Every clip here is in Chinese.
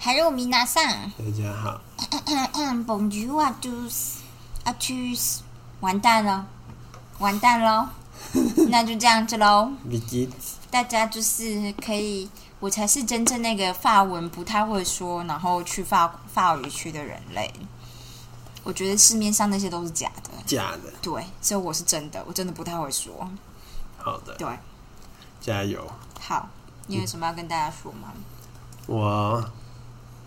Hello，米娜桑大家好， ，Bonjour à tous, à tous，完蛋了，完蛋喽，那就这样子喽。米吉，大家就是可以，我才是真正那个法文不太会说，然后去法法语区的人类。我觉得市面上那些都是假的，假的，对，所以我是真的，我真的不太会说。好的，对，加油！好，你有什么要跟大家说吗？我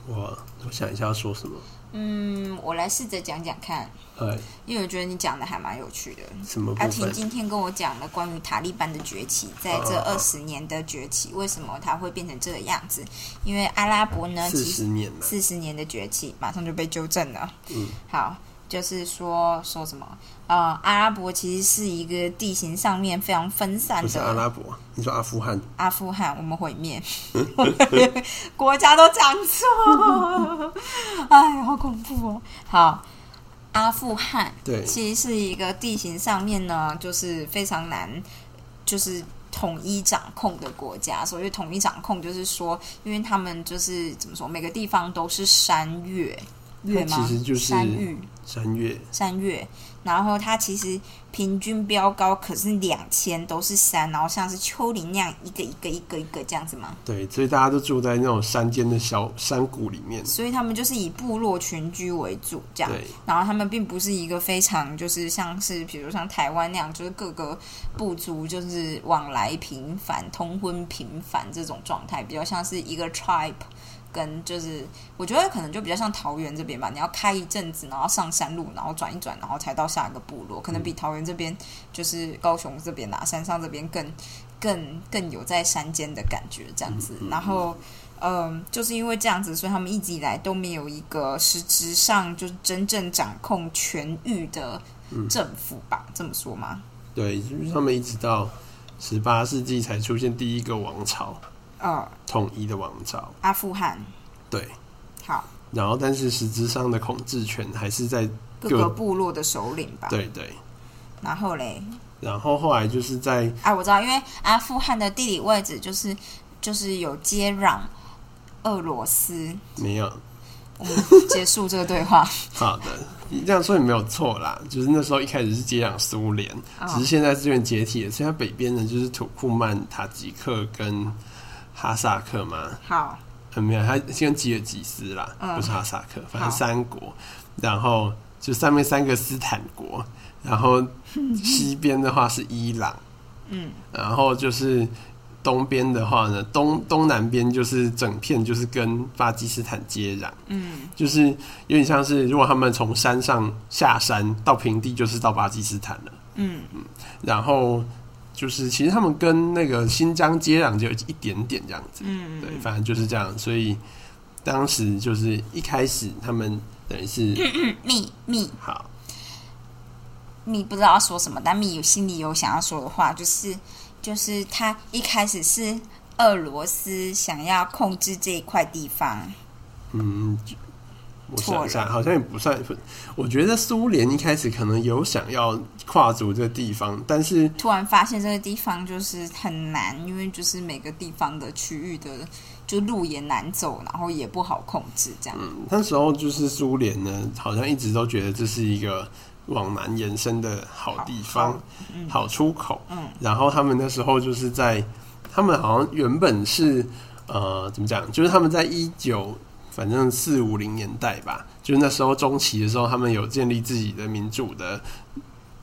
我我想一下要说什么，嗯，我来试着讲讲看，哎，因为我觉得你讲的还蛮有趣的。什么阿部婷分？今天跟我讲了关于塔利班的崛起，在这哦二十年的崛起，为什么它会变成这个样子？因为阿拉伯呢，四其实十年了，四十年的崛起，马上就被纠正了。嗯，好，就是说说什么？呃，阿拉伯其实是一个地形上面非常分散不是阿的拉伯，你说阿富汗，阿富汗，我们毁灭， 国家都讲错， 哎，好恐怖哦。好，阿富汗对，其实是一个地形上面呢，就是非常难，就是统一掌控的国家。所谓统一掌控，就是说，因为他们就是怎么说，每个地方都是山岳，岳吗？其实就是山域、三月，山岳。然后它其实平均标高可是两千，都是山，然后像是丘陵那样一个一个一个一个这样子嘛。对，所以大家都住在那种山间的小山谷里面，所以他们就是以部落群居为主这样。对，然后他们并不是一个非常就是像是比如像台湾那样，就是各个部族就是往来频繁、通婚频繁这种状态，比较像是一个 tribe。跟就是，我觉得可能就比较像桃园这边吧，你要开一阵子，然后上山路，然后转一转，然后才到下一个部落，可能比桃园这边就是高雄这边啊，山上这边更更更有在山间的感觉这样子。然后，嗯，就是因为这样子，所以他们一直以来都没有一个实质上就是真正掌控全域的政府吧？这么说吗？对，就是他们一直到十八世纪才出现第一个王朝，呃，统一的王朝，阿富汗，对，好，然后但是实质上的统治权还是在，各各个部落的首领吧。对对，然后嘞，然后后来就是在啊，我知道，因为阿富汗的地理位置就是就是有接壤俄罗斯。没有。我们结束这个对话。好的，你这样说也没有错啦。就是那时候一开始是接壤苏联，只是哦，现在资源解体了，所以它北边呢就是土库曼、塔吉克跟哈萨克嘛，好，嗯，没有，它先吉尔吉斯啦，嗯不是哈萨克，反好正三国，然后就上面三个斯坦国，然后西边的话是伊朗，嗯，然后就是。东边的话呢，东东南边就是整片就是跟巴基斯坦接壤，嗯，就是有点像是，如果他们从山上下山到平地，就是到巴基斯坦了。嗯，然后就是，其实他们跟那个新疆接壤只有一点点这样子。嗯，对，反正就是这样。所以当时就是一开始他们等 于是密密好，米不知道要说什么，但米有心里有想要说的话，就是就是他一开始是俄罗斯想要控制这一块地方，嗯，我想一错下，好像也不算。不我觉得苏联一开始可能有想要跨足这地方，但是突然发现这个地方就是很难，因为就是每个地方的区域的就路也难走，然后也不好控制这样。嗯那时候就是苏联呢，好像一直都觉得这是一个往南延伸的好地方好，嗯好出口。嗯，然后他们那时候就是在，他们好像原本是呃怎么讲，就是他们在一九反正四五零年代吧，就是那时候中期的时候，他们有建立自己的民主的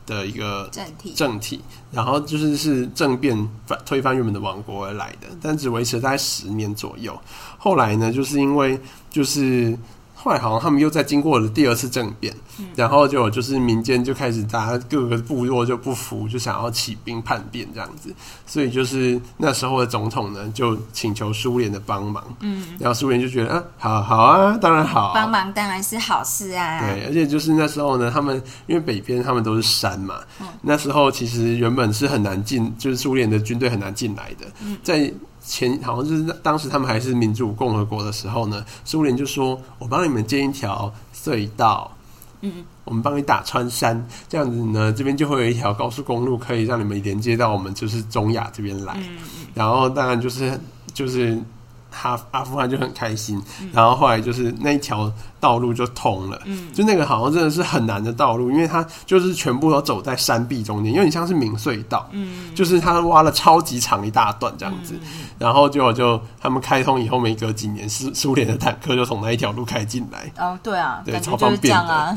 的一个整体政体，然后就是是政变反推翻原本的王国而来的，但只维持了大概十年左右。后来呢，就是因为就是后来好像他们又在经过了第二次政变，然后就有就是民间就开始大家各个部落就不服，就想要起兵叛变这样子，所以就是那时候的总统呢就请求苏联的帮忙，嗯，然后苏联就觉得啊好好啊，当然好，帮忙当然是好事啊。对，而且就是那时候呢，他们因为北边他们都是山嘛，嗯那时候其实原本是很难进，就是苏联的军队很难进来的。嗯在前好像就是当时他们还是民主共和国的时候呢，苏联就说：“我帮你们建一条隧道，嗯，我们帮你打穿山，这样子呢，这边就会有一条高速公路可以让你们连接到我们就是中亚这边来。嗯，然后当然就是就是哈阿富汗就很开心，然后后来就是那一条道路就通了，嗯就那个好像真的是很难的道路，因为它就是全部都走在山壁中间，有点像是明隧道，嗯，就是它挖了超级长一大段这样子，然后结果就他们开通以后没隔几年，苏苏联的坦克就从那一条路开进来。哦，对啊，对感觉超就方是这便样啊，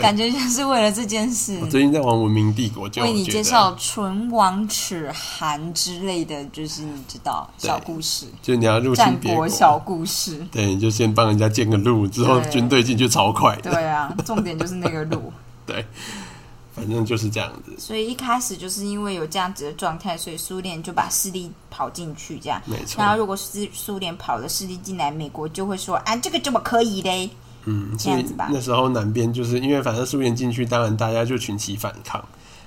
感觉就是为了这件事我。最近在玩《文明帝国》，就为你觉介得绍唇亡齿寒之类的，就是你知道对小故事，就你要入侵战别国小故事。对，你就先帮人家建个路，之后对军队进去超快的，对啊，重点就是那个路。反正就是这样子，所以一开始就是因为有这样子的状态，所以苏联就把势力跑进去，这样。没错然。后如果是苏联跑了势力进来，美国就会说啊，这个怎么可以嘞？嗯，这所样以子吧那时候南边就是因为反正苏联进去，当然大家就群起反抗，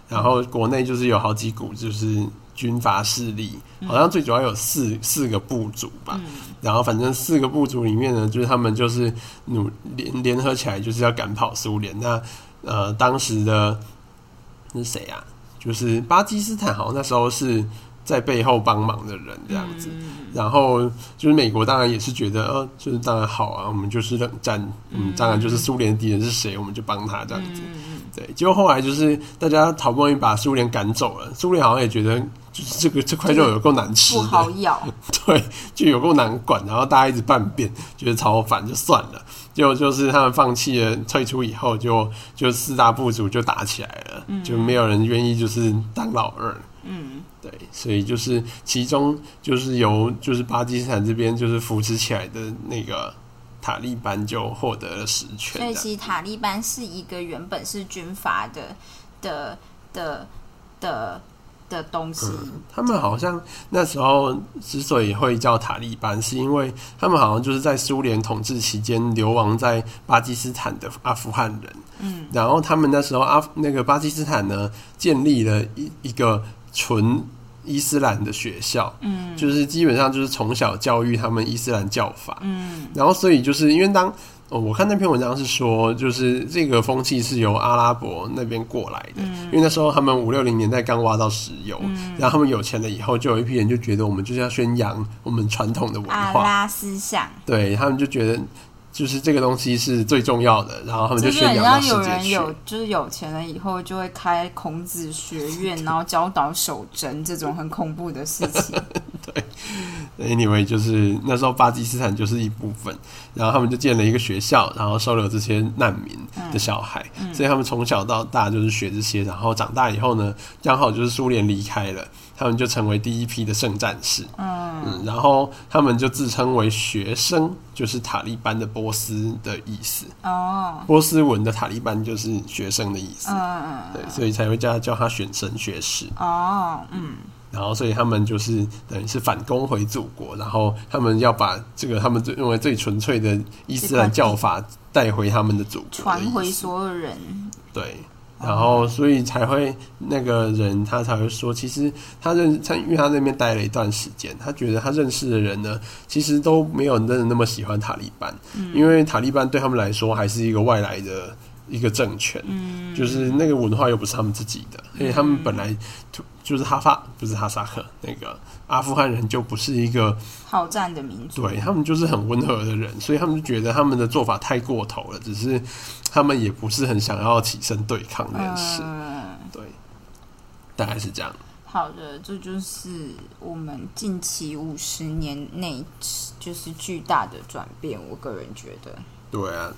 然后国内就是有好几股就是军阀势力，嗯好像最主要有四四个部族吧，然后反正四个部族里面呢，就是他们就是努联联合起来就是要赶跑苏联。那呃，当时的那是谁啊？就是巴基斯坦，好像那时候是在背后帮忙的人这样子。嗯然后就是美国当然也是觉得，呃，就是当然好啊，我们就是冷战，嗯，当然就是苏联敌人是谁，我们就帮他这样子。嗯对，结果后来就是大家好不容易把苏联赶走了，苏联好像也觉得就是这个这块肉有够难吃不的，好 咬，对，就有够难管，然后大家一直叛变，觉得超烦，就算了。结果就是他们放弃了退出以后就，就四大部族就打起来了，就没有人愿意就是当老二。嗯，对，所以就是其中就是由就是巴基斯坦这边就是扶持起来的那个塔利班就获得了实所权以这样。其实塔利班是一个原本是军阀的的的的的东西，他们好像那时候之所以会叫塔利班，是因为他们好像就是在苏联统治期间流亡在巴基斯坦的阿富汗人。嗯，然后他们那时候阿那个巴基斯坦呢，建立了一一个纯伊斯兰的学校，嗯就是基本上就是从小教育他们伊斯兰教法，嗯然后所以就是因为当、哦、我看那篇文章是说，就是这个风气是由阿拉伯那边过来的，嗯因为那时候他们五六零年代刚挖到石油，然后他们有钱了以后，就有一批人就觉得我们就是要宣扬我们传统的文阿化，拉思想，对他们就觉得。就是这个东西是最重要的，然后他们这就宣很扬到像世有界人去。有就是有钱了以后就会开孔子学院，然后教导守贞这种很恐怖的事情。 Anyway，就是那时候巴基斯坦就是一部分，然后他们就建了一个学校，然后收留这些难民的小孩，嗯所以他们从小到大就是学这些，然后长大以后呢，刚好就是苏联离开了，他们就成为第一批的圣战士，嗯嗯，然后他们就自称为学生，就是塔利班的波斯的意思，哦，波斯文的塔利班就是学生的意思，嗯对，所以才会叫叫他选神学士。哦，嗯然后所以他们就是等于是反攻回祖国，然后他们要把这个他们最认为最纯粹的伊斯兰教法带回他们的祖国，传回所有人，对。然后，所以才会那个人他才会说，其实他认他，因为他那边待了一段时间，他觉得他认识的人呢，其实都没有真的那么喜欢塔利班，嗯因为塔利班对他们来说还是一个外来的一个政权，嗯，就是那个文化又不是他们自己的，而且他们本来就就是哈萨不是哈萨克那个阿富汗人就不是一个好战的民族，对他们就是很温和的人，所以他们就觉得他们的做法太过头了，只是他们也不是很想要起身对抗这件事，嗯，对，大概是这样，好的，这就是我们近期五十年内就是巨大的转变，我个人觉得。对啊，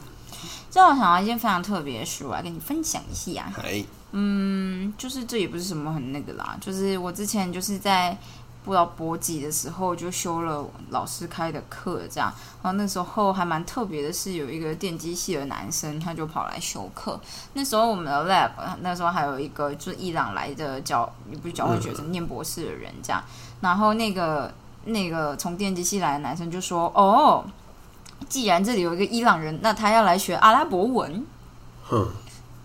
这让我想到一件非常特别的事，我来跟你分享一下。还嗯，就是这也不是什么很那个啦，就是我之前就是在不知道博几的时候就修了老师开的课，这样，然后那时候还蛮特别的是有一个电机系的男生，他就跑来修课。那时候我们的 lab 那时候还有一个就是伊朗来的教也不是交换学生念博士的人这样，然后那个那个从电机系来的男生就说：“哦，既然这里有一个伊朗人，那他要来学阿拉伯文。”哼，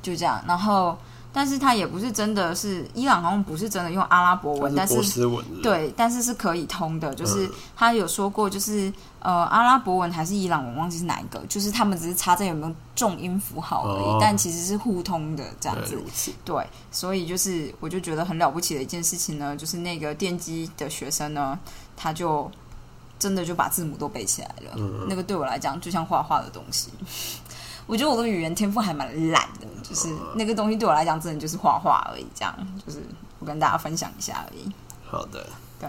就这样。然后，但是他也不是真的是伊朗，好像不是真的用阿拉伯文，他但是波是斯嗯文是不是，对，但是是可以通的。就是他有说过，就是呃，阿拉伯文还是伊朗文，忘记是哪一个，就是他们只是差在有没有重音符号而已，哦但其实是互通的这样对，子如。此，对，所以就是我就觉得很了不起的一件事情呢，就是那个电机的学生呢，他就真的就把字母都背起来了。那个对我来讲就像画画的东西。 我觉得我的语言天赋还蛮烂的，就是那个东西对我来讲真的就是画画而已，这样就是我跟大家分享一下而已。好的，对，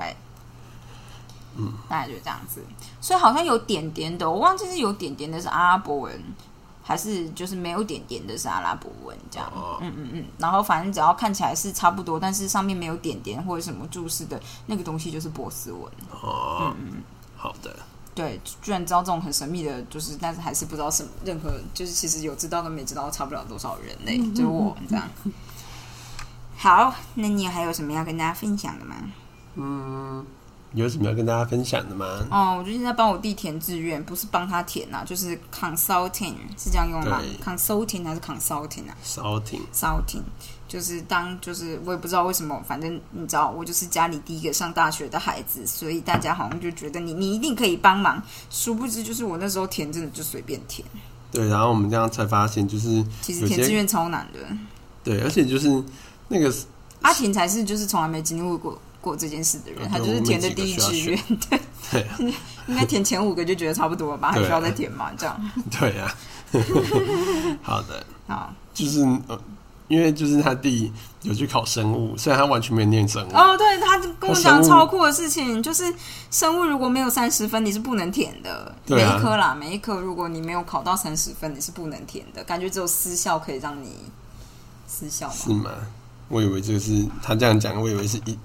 嗯，大概就这样子。所以好像有点点的，我忘记是有点点的是阿拉伯文，还是就是没有点点的是阿拉伯文这样。哦嗯嗯嗯。然后反正只要看起来是差不多，但是上面没有点点或者什么注释的那个东西就是波斯文。哦，嗯好的，对，居然知道这种很神秘的，就是但是还是不知道什么任何，就是其实有知道跟没知道差不了多少人类，就是我这样。好，那你还有什么要跟大家分享的吗？嗯，有什么要跟大家分享的吗？哦，我最近在帮我弟填志愿，不是帮他填呐、就是 consulting 是这样用吗对？consulting 还是 consulting 啊稍停， ？consulting 就是当就是我也不知道为什么，反正你知道我就是家里第一个上大学的孩子，所以大家好像就觉得你你一定可以帮忙，殊不知就是我那时候填真的就随便填，对，然后我们这样才发现，就是其实有填些志愿超难的，对，而且就是 那个阿田才是就是从来没经历过。过这件事的人，对他就是填的第一志愿，对啊 应该填前五个就觉得差不多了吧？还对啊需要再填吗？这样对啊，好的，好就是呃，因为就是他弟有去考生物，虽然他完全没有念生物，哦，对，他就跟我讲哦生物超酷的事情，就是生物如果没有三十分，你是不能填的。对啊每一科啦，每一科如果你没有考到三十分，你是不能填的。感觉只有私校可以让你私校嘛。是吗？我以为这个是他这样讲，我以为是一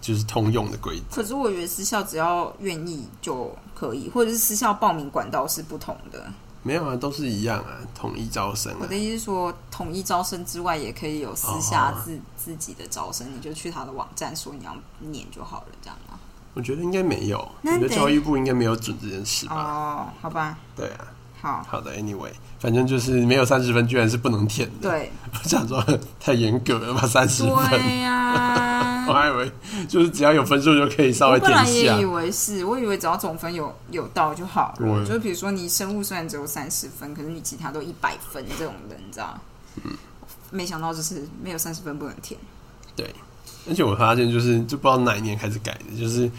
就是通用的规则。可是我以为私校只要愿意就可以，或者是私校报名管道是不同的。没有啊，都是一样啊，统一招生我啊的。意思是说，统一招生之外，也可以有私下哦自、自己的招生，你就去他的网站说你要念就好了，这样啊吗？我觉得应该没有，我那觉得得教育部应该没有准这件事吧？哦，好吧，对啊，好，好的，anyway，反正就是没有三十分居然 是不能填的。，对，我想说太严格了吧，三十分。对啊呀、 我还以为就是只要有分数就可以稍微我本填来一下也以，为是，我以为只要总分有有到就好了。对就是比如说你生物虽然只有三十分，可是你其他都一百分这种的，你知道？没想到就是没有三十分不能填。而且我发现就是就不知道哪一年开始改的，就是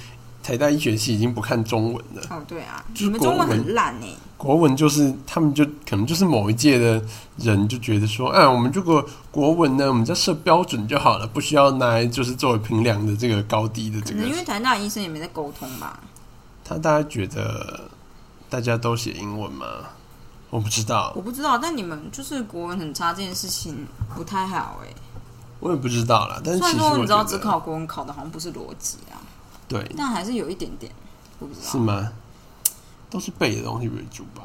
台大医学系已经不看中文了，哦，对啊，就是你们中文国文很烂欸呢、国文就是他们就可能就是某一届的人就觉得说，啊，我们如果国文呢，我们再设标准就好了，不需要拿来就是作为评量的这个高低的可这个能因为台大医生也没在沟通吧。他大家觉得大家都写英文吗？我不知道我，不知道，但你们就是国文很差这件事情不太好哎、我也不知道啦。但是虽然其实说我我觉们得知道只考国文考的好像不是逻辑啊，对但还是有一点点，我不知是道。吗？都是背的东西为主吧，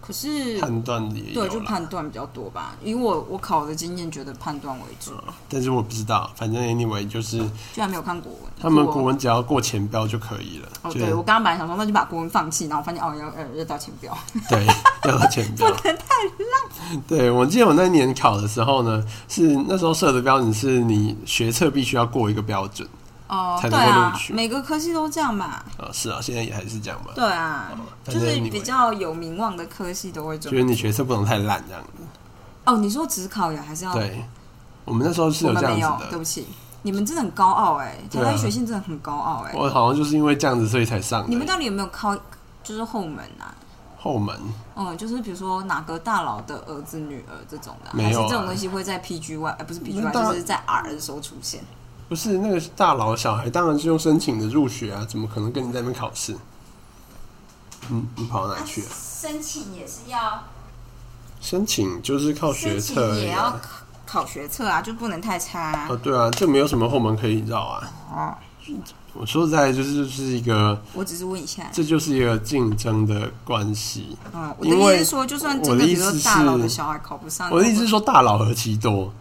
可是判断的也有对，就啦判断比较多吧。以我我考的经验，觉得判断为主，但是我不知道，反正 anyway 就是居然没有看国文。他们我国文只要过前标就可以了，哦，就对我刚刚本来想说，那就把国文放弃，然后发现哦要呃要到前标，对，要到前标，不能太烂。对，我记得我那年考的时候呢，是那时候设的标准是你学测必须要过一个标准哦， 才对能够啊录，取每个科系都这样嘛，啊、是啊，现在也还是这样吧。对啊，但就是你比较有名望的科系都会这觉得么。你学测不能太烂这样子。哦，你说只考也还是要对，我们那时候是哦我有们这样没有，子对的。不起，你们真的很高傲哎、台对啊湾医学系真的很高傲哎、我好像就是因为这样子，所以才上的。你们到底有没有靠就是后门啊？后门嗯，就是比如说哪个大佬的儿子、女儿这种的、没还是有啊这种东西会在 PG Y，、呃、不是 PG 那 Y，大就是在 R 的时候出现。不是那个大佬小孩，当然是用申请的入学啊，怎么可能跟你在那边考试？嗯，你跑到哪去、啊？申请也是要申请就是靠学申请测而已也啊要。考考学测啊，就不能太差、啊啊，。对啊，这没有什么后门可以绕啊。哦，我说实在，就是就是一个，我只是问一下，这就是一个竞争的关系。嗯，我的因意为思是说，就算我真的的，比意如思说大佬的是小孩考不上，我的意思是说，大佬何其多，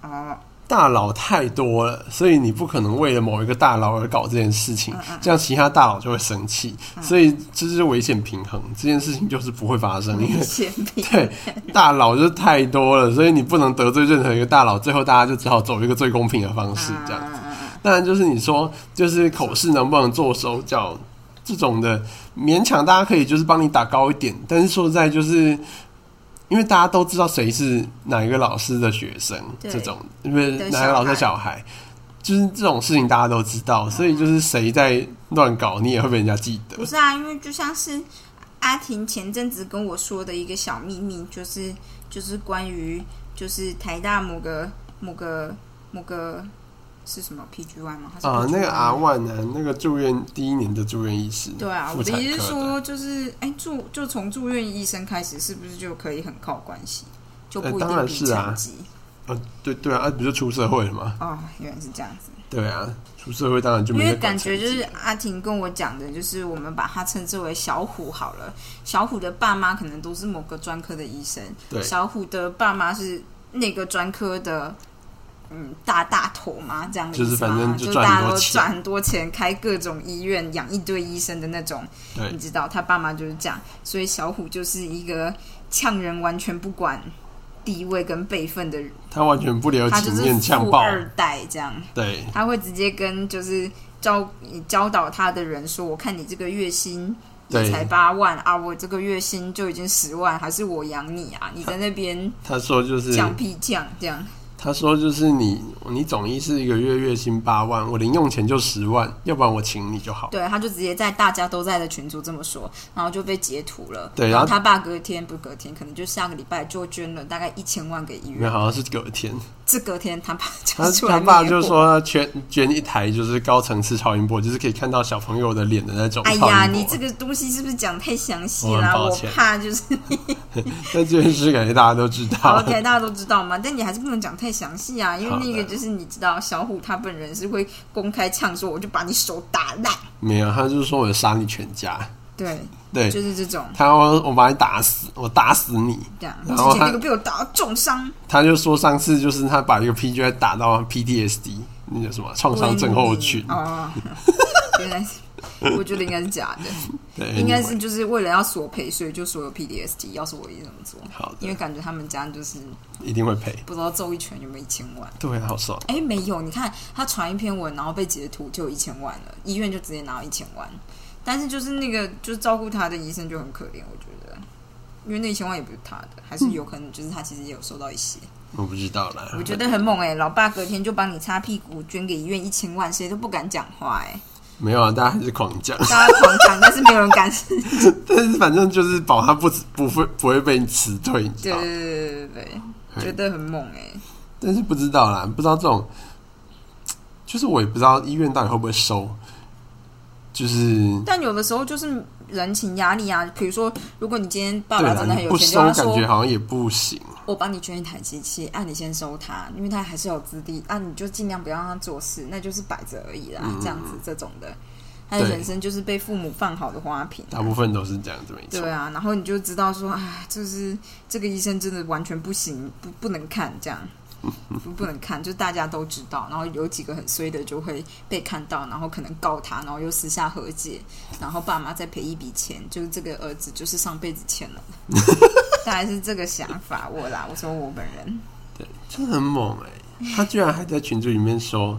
哦，大佬太多了，所以你不可能为了某一个大佬而搞这件事情，这样其他大佬就会生气，所以这是危险平衡，这件事情就是不会发生，因为先比 对大佬就是太多了，所以你不能得罪任何一个大佬，最后大家就只好走一个最公平的方式，这样子。啊当然就是你说，就是口试能不能做手脚这种的，勉强大家可以就是帮你打高一点，但是说实在就是。因为大家都知道谁是哪一个老师的学生，对这种因为的哪一个小老师孩的小孩，就是这种事情大家都知道，所以就是谁在乱搞，你也会被人家记得不。是啊，因为就像是阿婷前阵子跟我说的一个小秘密，就是就是关于就是台大某个某个某个是什么 PGY 吗？还是啊， PGY 那个 R one 呢，那个住院第一年的住院医师，对啊，嗯妇我的产意思科是说，就是哎、住就从住院医生开始，是不是就可以很靠关系？就呃不一当定然比是啊成绩、啊，对对啊，啊不就出社会了吗？哦，原来是这样子。对啊，出社会当然就因没为在管感觉成就绩是阿婷跟我讲的，就是我们把它称之为小虎好了。小虎的爸妈可能都是某个专科的医生，对小虎的爸妈是那个专科的，嗯，大大头嘛，这样的就是意思吗反正就就赚大很多家都钱赚很多钱，开各种医院，养一堆医生的那种。对你知道他爸妈就是这样，所以小虎就是一个呛人完全不管地位跟辈分的人，他完全不留他就情是面，呛富爆，二代这样。对他会直接跟就是教教导他的人说：“我看你这个月薪对，才八万啊，我这个月薪就已经十万，还是我养你啊？你在那边他说就是讲屁讲这样，他说就是你，你总医是一个月月薪八万，我零用钱就十万，要不然我请你就好。对，他就直接在大家都在的群组这么说，然后就被截图了。对然然后后他爸隔天不是隔天，可能就下个礼拜就捐了大概一千万给医因为院。好像是隔天，这隔天他爸他就出来他爸灭就火说他捐捐一台就是高层次超音波，就是可以看到小朋友的脸的那种超哎音波。呀，你这个东西是不是讲太详细我很啦？抱我歉怕 就是那 这件事感觉大家都知道。 OK，大家都知道嘛，但你还是不能讲太详细啊，因为好的那个就是你知道，小虎他本人是会公开呛说，我就把你手打烂，没有，他就是说我杀你全家，对，对就是这种他说我把你打死，我打死你。这样。然啊之后前那个他被我打到重伤，他就说上次就是他把一个 PGI 打到 PTSD，那叫什么创伤症候为群你。 哦，原来是，我觉得应该是假的，对，应该是 anyway，就是为了要索赔，所以就所有 PDSD，要是我也这么做，好因为的，感觉他们家就是一定会赔。不知道揍一拳有没有一千万。对，啊好爽。哎，没有，你看他传一篇文，然后被截图就有一千万了，医院就直接拿到一千万。但是就是那个就是照顾他的医生就很可怜，我觉得，因为那一千万也不是他的，还是有可能就是他其实也有收到一些。我不知道啦，我觉得很猛哎、老爸隔天就帮你擦屁股，捐给医院一千万，谁都不敢讲话哎、没有啊，大家还是狂讲， 大家狂讲，但是没有人敢。但是反正就是保他不不会不会被辞退，你知对道对？对对对对，觉得很猛哎、但是不知道啦，不知道这种，就是我也不知道医院到底会不会收，就是但有的时候就是人情压力啊，比如说，如果你今天爸对爸啦，真的很你有不钱，收就跟他感说觉好像也不行，我帮你捐一台机器，啊，你先收它，因为它还是有资历，啊，你就尽量不要让它做事，那就是摆着而已啦，这样子这种的，他的对人生就是被父母放好的花瓶啊、大部分都是这样子，没错对。啊，然后你就知道说，哎，就是这个医生真的完全不行，不不能看这样，不不能看，就大家都知道，然后有几个很衰的就会被看到，然后可能告他，然后又私下和解，然后爸妈再赔一笔钱，就是这个儿子就是上辈子欠了，大概是这个想法，我啦，我说我本人，真的很猛哎、他居然还在群组里面说，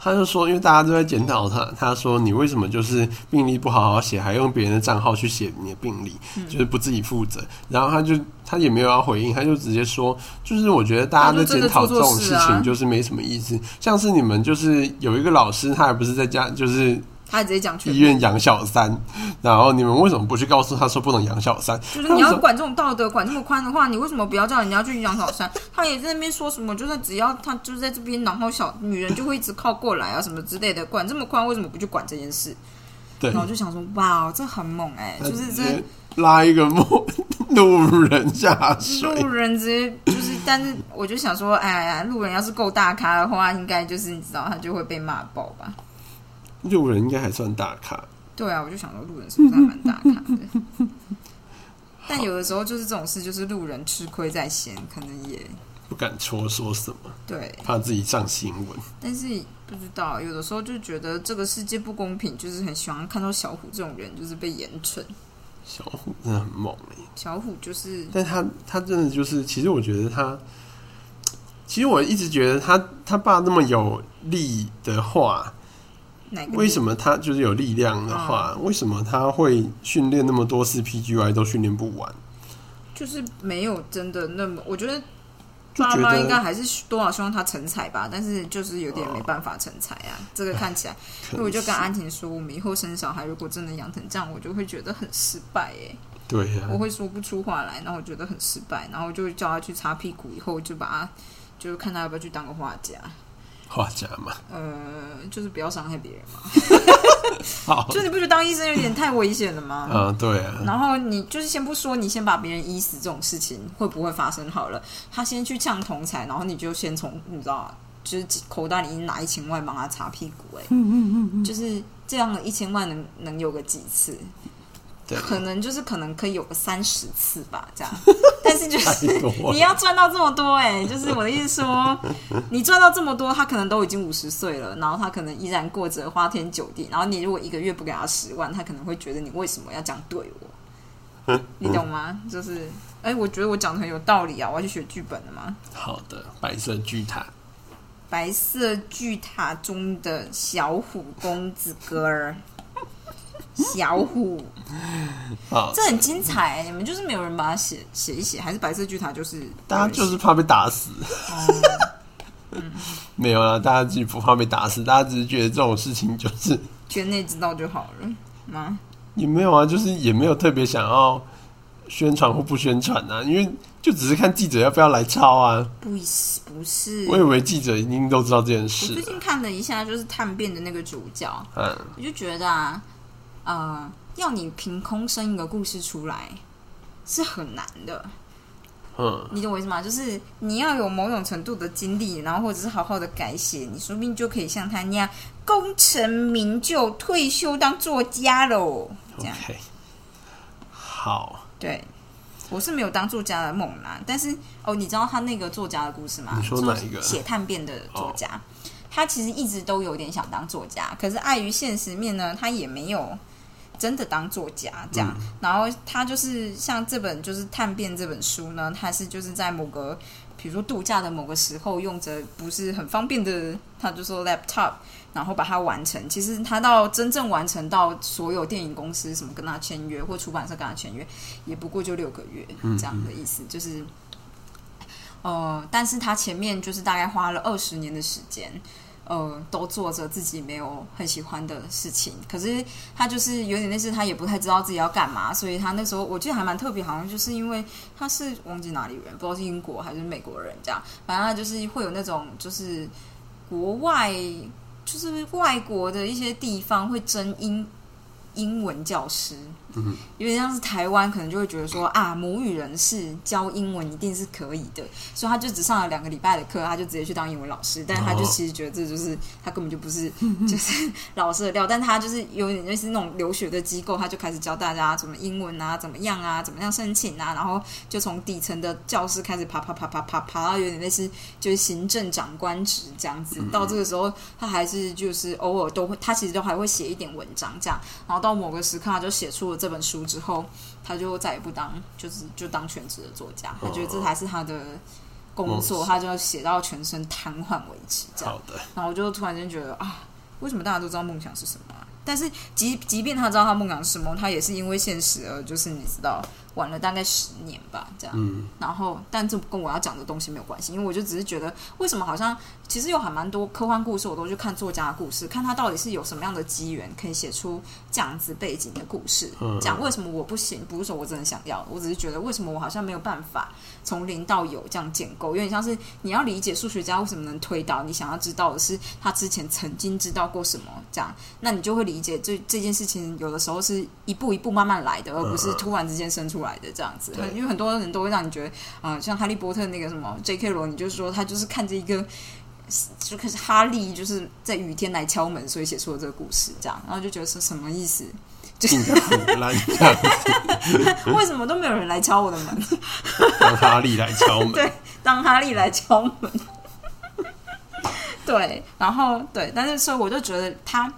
他就说，因为大家都在检讨他，他说你为什么就是病历不好好写，还用别人的账号去写你的病历，嗯就是不自己负责。然后他就他也没有要回应，他就直接说，就是我觉得大家在检讨这他就真的做种事错事啊情就是没什么意思。像是你们就是有一个老师，他还不是在家就是他直接讲全医部，院养小三，然后你们为什么不去告诉他说不能养小三？就是你要管这种道德管这么宽的话，你为什么不要叫人家去养小三？他也在那边说什么，就是只要他就在这边，然后小女人就会一直靠过来啊什么之类的，管这么宽，为什么不去管这件事？对然，后我就想说，哇，这很猛哎、他就是直这接呃拉一个 路路人下水。路人直接就是，但是我就想说，哎呀，路人要是够大咖的话，应该就是你知道他就会被骂爆吧？路人应该还算大咖，对啊，我就想说路人是不是还蛮大咖的？ 但有的时候就是这种事，就是路人吃亏在先，可能也不敢戳说什么，对。怕自己上新闻。 但是不知道，有的时候就觉得这个世界不公平，就是很喜欢看到小虎这种人就是被严惩。小虎真的很猛哎、小虎就是但他他真的就是，其实我觉得他，其实我一直觉得他他爸那么有力的话，哪个？为什？么他就是有力量的话，嗯为什么他会训练那么多次 PGY 都训练不完？就是没有真的那么，我觉得就爸觉妈应该得还是多少希望他成才吧，但是就是有点没办法成才 啊。这个看起来，可所以我能就是跟安婷说，我们以后生小孩如果真的养成这样，我就会觉得很失败耶、对啊呀、我会说不出话来，然后我觉得很失败，然后就叫他去擦屁股，以后就把他，就是看他要不要去当个画家，画家嘛，呃，就是不要伤害别人嘛。好， 就你不觉得当医生有点太危险了吗？啊，对啊，然后你就是先不说，你先把别人医死这种事情会不会发生好了，他先去呛同财，然后你就先从你知道啊，就是口袋里拿一千万帮他擦屁股、欸，哎，嗯嗯嗯，就是这样一千万能能有个几次？对，可能就是可能可以有个三十次吧， 这样。但是就是太 多你了，要赚到这么多哎、就是我的意思说，你赚到这么多，他可能都已经五十岁了，然后他可能依然过着花天酒地，然后你如果一个月不给他十万，他可能会觉得你为什么要这样对我，你懂吗？就是，哎、我觉得我讲的很有道理啊，我要去学剧本了嘛。好的，白色巨塔，白色巨塔中的小虎公子哥儿，小虎，好，这很精彩、你们就是没有人把它写写一写，还是白色巨塔就是呃大家就是怕被打死，哦嗯 没有啊啦，大家自己不怕被打死，大家只是觉得这种事情就是圈内知道就好了吗？也没有啊，就是也没有特别想要宣传或不宣传啊，因为就只是看记者要不要来抄啊。不是不是，我以为记者一定都知道这件我事最，近看了一下，就是《探变》的那个主角，嗯，我就觉得啊，呃，要你凭空生一个故事出来是很难的，嗯，你懂我意思吗？就是你要有某种程度的经历，然后或者是好好的改写，你说不定就可以像他那样功成名就，退休当作家喽。这样 OK，好，对。我是没有当作家的梦啦，但是哦，你知道他那个作家的故事吗？你说做哪一个写探变的作家，他其实一直都有点想当作家，可是碍于现实面呢，他也没有真的当作家这样。然后他就是像这本就是《探变》这本书呢，他是就是在某个比如说度假的某个时候，用着不是很方便的，他就说 laptop，然后把它完成。其实他到真正完成到所有电影公司什么跟他签约，或出版社跟他签约，也不过就六个月这样的意思，就是。呃，但是他前面就是大概花了二十年的时间，呃，都做着自己没有很喜欢的事情。可是他就是有点类似，他也不太知道自己要干嘛，所以他那时候我记得还蛮特别，好像就是因为他是忘记哪里人，不知道是英国还是美国人这样，反正他就是会有那种就是国外就是外国的一些地方会征英英文教师，嗯，有点像是台湾可能就会觉得说啊，母语人士教英文一定是可以的，所以他就只上了两个礼拜的课，他就直接去当英文老师，但他就哦其实觉得这就是他根本就不是 就是老师的料，但他就是有点类似那种留学的机构，他就开始教大家怎么英文啊，怎么样啊，怎么样申请啊，然后就从底层的教师开始爬爬爬爬爬爬到有点类似就是行政长官职这样嗯子。到这个时候，他还是就是偶尔都会，他其实都还会写一点文章这样。然后到某个时刻，他就写出了这本书之后，他就再也不当就是就当全职的作家，他觉得这才是他的。工作，哦他就要写到全身瘫痪为止，这样。好的，然后我就突然间觉得啊，为什么大家都知道梦想是什么、啊？但是即即便他知道他梦想是什么，他也是因为现实而就是你知道晚了大概十年吧，这样。嗯，然后，但这跟我要讲的东西没有关系，因为我就只是觉得，为什么好像其实有还蛮多科幻故事，我都去看作家的故事，看他到底是有什么样的机缘可以写出这样子背景的故事。嗯讲为什么我不行，不是说我真的想要，我只是觉得为什么我好像没有办法从零到有这样建构，有点像是你要理解数学家为什么能推导，你想要知道的是他之前曾经知道过什么这样，那你就会理解这这件事情有的时候是一步一步慢慢来的，而不是突然之间生出来的这样子。对因为很多人都会让你觉得，啊、像哈利波特那个什么 J.K. 罗，你就说他就是看着一个。就开始哈利就是在雨天来敲门，所以写出了这个故事，这样，然后就觉得是什么意思？硬的腐烂，让为什么都没有人来敲我的门？让哈利来敲 门，对，当哈利来敲门。对，然后对，但是所以我就觉得他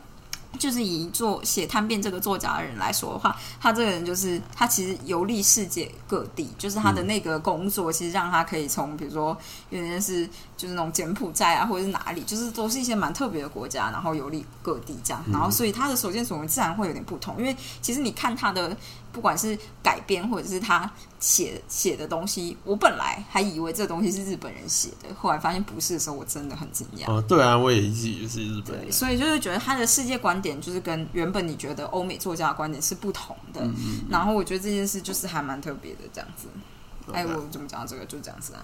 就是以做写探变这个作家的人来说的话，他这个人就是他其实游历世界各地，就是他的那个工作，其实让他可以从比如说有点是就是那种柬埔寨啊，或者是哪里，就是都是一些蛮特别的国家，然后游历各地这样，然后所以他的所见所闻自然会有点不同，因为其实你看他的不管是改编或者是他写写的东西，我本来还以为这东西是日本人写的，后来发现不是的时候，我真的很惊讶。哦，对啊，我也一直以为是日本人对，。所以就是觉得他的世界观点就是跟原本你觉得欧美作家的观点是不同的，嗯然后我觉得这件事就是还蛮特别的这样子。哎，我怎么讲到这个？就这样子啊。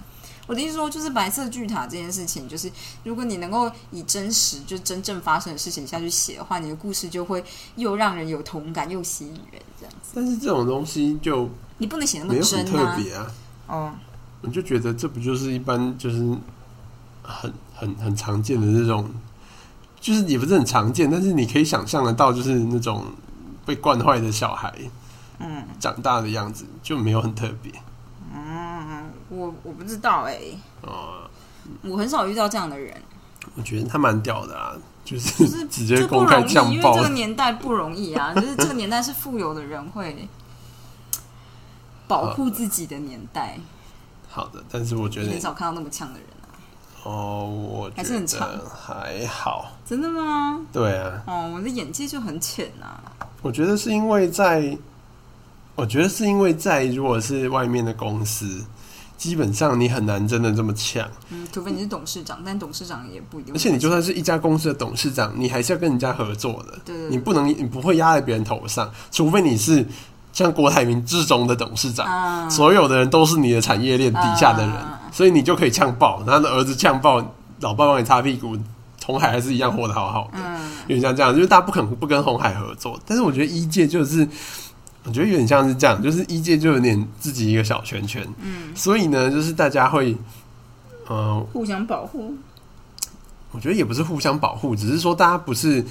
我的意思说，就是白色巨塔这件事情，就是如果你能够以真实，就真正发生的事情下去写的话，你的故事就会又让人有同感，又吸引人，这样子。但是这种东西就你不能写那没么有很真特啊。别啊，哦，我就觉得这不就是一般就是很很很常见的那种，就是也不是很常见，但是你可以想象得到，就是那种被惯坏的小孩嗯长大的样子，就没有很特别嗯，我我不知道哎、哦、我很少遇到这样的人。我觉得他蛮屌的啊，就是 就是直这接不公容开易，酱因为爆这个年代不容易啊，就是这个年代是富有的人会保护自己的年啊代，好的，但是我觉你得很少看到那么强的人啊，哦，我还是很觉长得还好，真的吗？对啊，哦，我的眼界就很浅啊。我觉得是因为在，我觉得是因为在，如果是外面的公司，基本上你很难真的这么强，嗯，除非你是董事长，但董事长也不一定会。而且你就算是一家公司的董事长，你还是要跟人家合作的，对对对你不能你不会压在别人头上，除非你是像郭台铭至中的董事长。啊，所有的人都是你的产业链底下的人，啊所以你就可以呛爆，他的儿子呛爆，老爸帮你擦屁股，红海还是一样活得好好的。嗯，有点像这样，就是大家不可能不跟红海合作。但是我觉得一届就是，我觉得有点像是这样，就是一届就有点自己一个小圈圈。嗯，所以呢，就是大家会，呃，互相保护。我觉得也不是互相保护，只是说大家不是。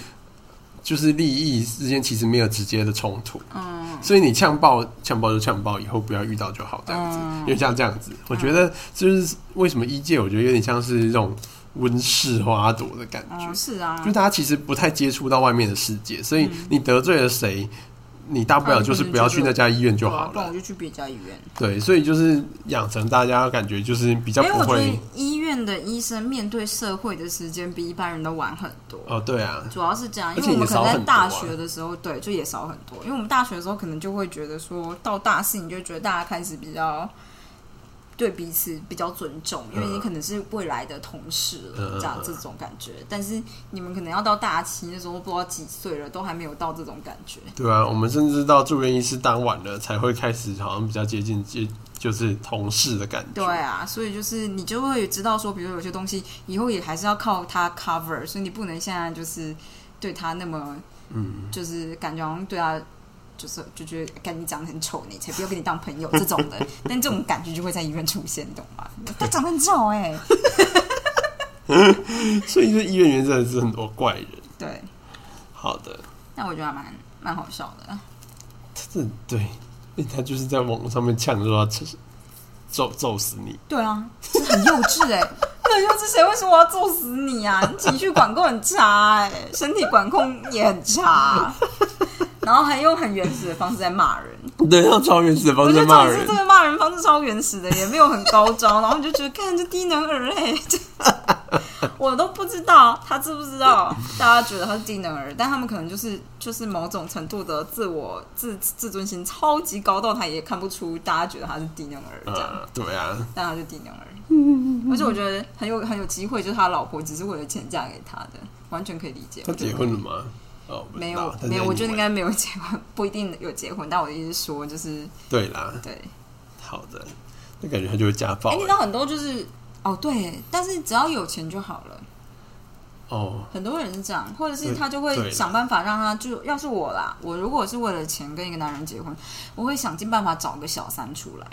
就是利益之间其实没有直接的冲突，嗯，所以你呛爆呛爆就呛爆，以后不要遇到就好，这样子，嗯有点像这样子。我觉得就是为什么一届，我觉得有点像是这种温室花朵的感觉哦，。是啊就，大家其实不太接触到外面的世界，所以嗯你得罪了谁，你大啊不了就是不要去那家医院就对啊好不然我了。就去别家医院。对，所以就是养成大家感觉就是比较因为不我觉会得医院的医生面对社会的时间比一般人都晚很多。哦，对啊，主要是这样，而因且为我们也可少能在很多啊大学的时候，对，就也少很多。因为我们大学的时候，可能就会觉得说到大四，你就觉得大家开始比较对彼此比较尊重，因为嗯你可能是未来的同事嗯了，这样嗯这种感觉。但是你们可能要到大七那时候，不知道几岁了，都还没有到这种感觉。对啊，我们甚至到住院医师当晚了，才会开始好像比较接近接就是同事的感觉。对啊，所以就是你就会知道说，比如有些东西以后也还是要靠它 cover，所以你不能现在就是对它那么，嗯，就是感觉好像对它就是就觉得干你长得很丑，你才不要跟你当朋友这种的。但这种感觉就会在医院出现，你懂吗？他长得很丑哎、所以这医院员真的是很多怪人。对，好的，但我觉得还蛮蛮好笑的。这对，他就是在网上面呛说他揍揍死你。 对啊，这很幼稚 哎、很幼稚，谁会说我要揍死你 啊？你情绪管控很差哎、身体管控也很差、 然后还用很原始的方式在骂人。对，用超原始的我方觉得式哦骂重点人是这。个骂人方式超原始的，也没有很高招，然后你就觉得看这低能儿哎、 这我都不知道他知不知道，大家觉得他是低能儿，但他们可能就是就是某种程度的自我自自尊心超级高到他也看不出大家觉得他是低能儿这样。啊，对啊，但他就低能儿。而且我觉得很有很有机会，就是他老婆只是为了钱嫁给他的，完全可以理解。他结婚了吗？哦，嗯不知道没有他在没有，我觉得应英文该没有结婚，不一定有结婚。但我的意思是说，就是对啦。对，好的，那感觉他就会家暴、哎、欸你知道很多就是哦对，但是只要有钱就好了。哦，很多人是这样，或者是对他就对啦会想办法让他就，要是我啦，我如果是为了钱跟一个男人结婚，我会想尽办法找个小三出来。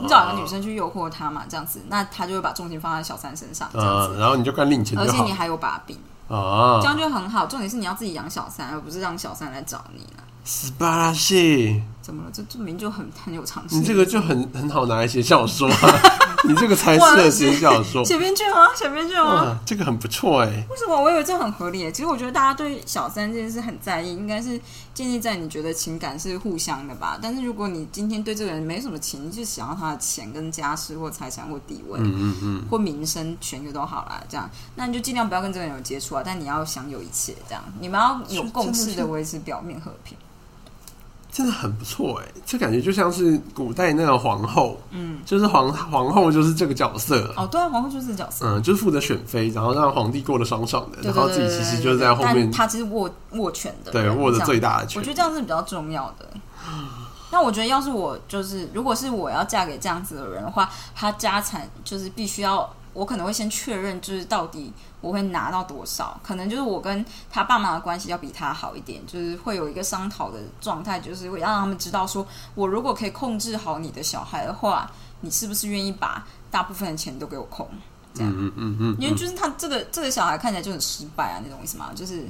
你找一个女生去诱惑他嘛，这样子，那他就会把重心放在小三身上，这样啊，子，然后你就干领钱而就且好你还有把柄。这啊，样就很好。重点是你要自己养小三，而不是让小三来找你了。斯巴拉西，啊怎么了？这这名就很很有常识。你这个就很很好拿来写小说、啊， 你这个才适合写小说。嗯写编剧吗？写编剧吗？哇，这个很不错哎、啊为什么我以为这很合理耶？其实我觉得大家对小三这件事很在意，应该是建立在你觉得情感是互相的吧。但是如果你今天对这个人没什么情，你就想要他的钱、跟家世或财产或地位、嗯嗯嗯，或名声、权利都好啦，这样，那你就尽量不要跟这个人有接触啊。但你要享有一切，这样你们要有共识的维持表面和平。真的很不错哎、这感觉就像是古代那个皇后，嗯，就是皇皇后就是这个角色。哦，对啊，皇后就是这角色。嗯，就是负责选妃，然后让皇帝过得爽爽的，对然后对自己对其实对就是对在后但面他其实握握拳的，对握着这样最大的我权觉。得这样是比较重要 的。那我觉得，要是我就是，如果是我要嫁给这样子的人的话，他家产就是必须要，我可能会先确认，就是到底我会拿到多少，可能就是我跟他爸妈的关系要比他好一点，就是会有一个商讨的状态，就是会让他们知道说，我如果可以控制好你的小孩的话，你是不是愿意把大部分的钱都给我控？这样嗯嗯嗯嗯，因为就是他这个这个小孩看起来就很失败啊，你懂我意思吗？就是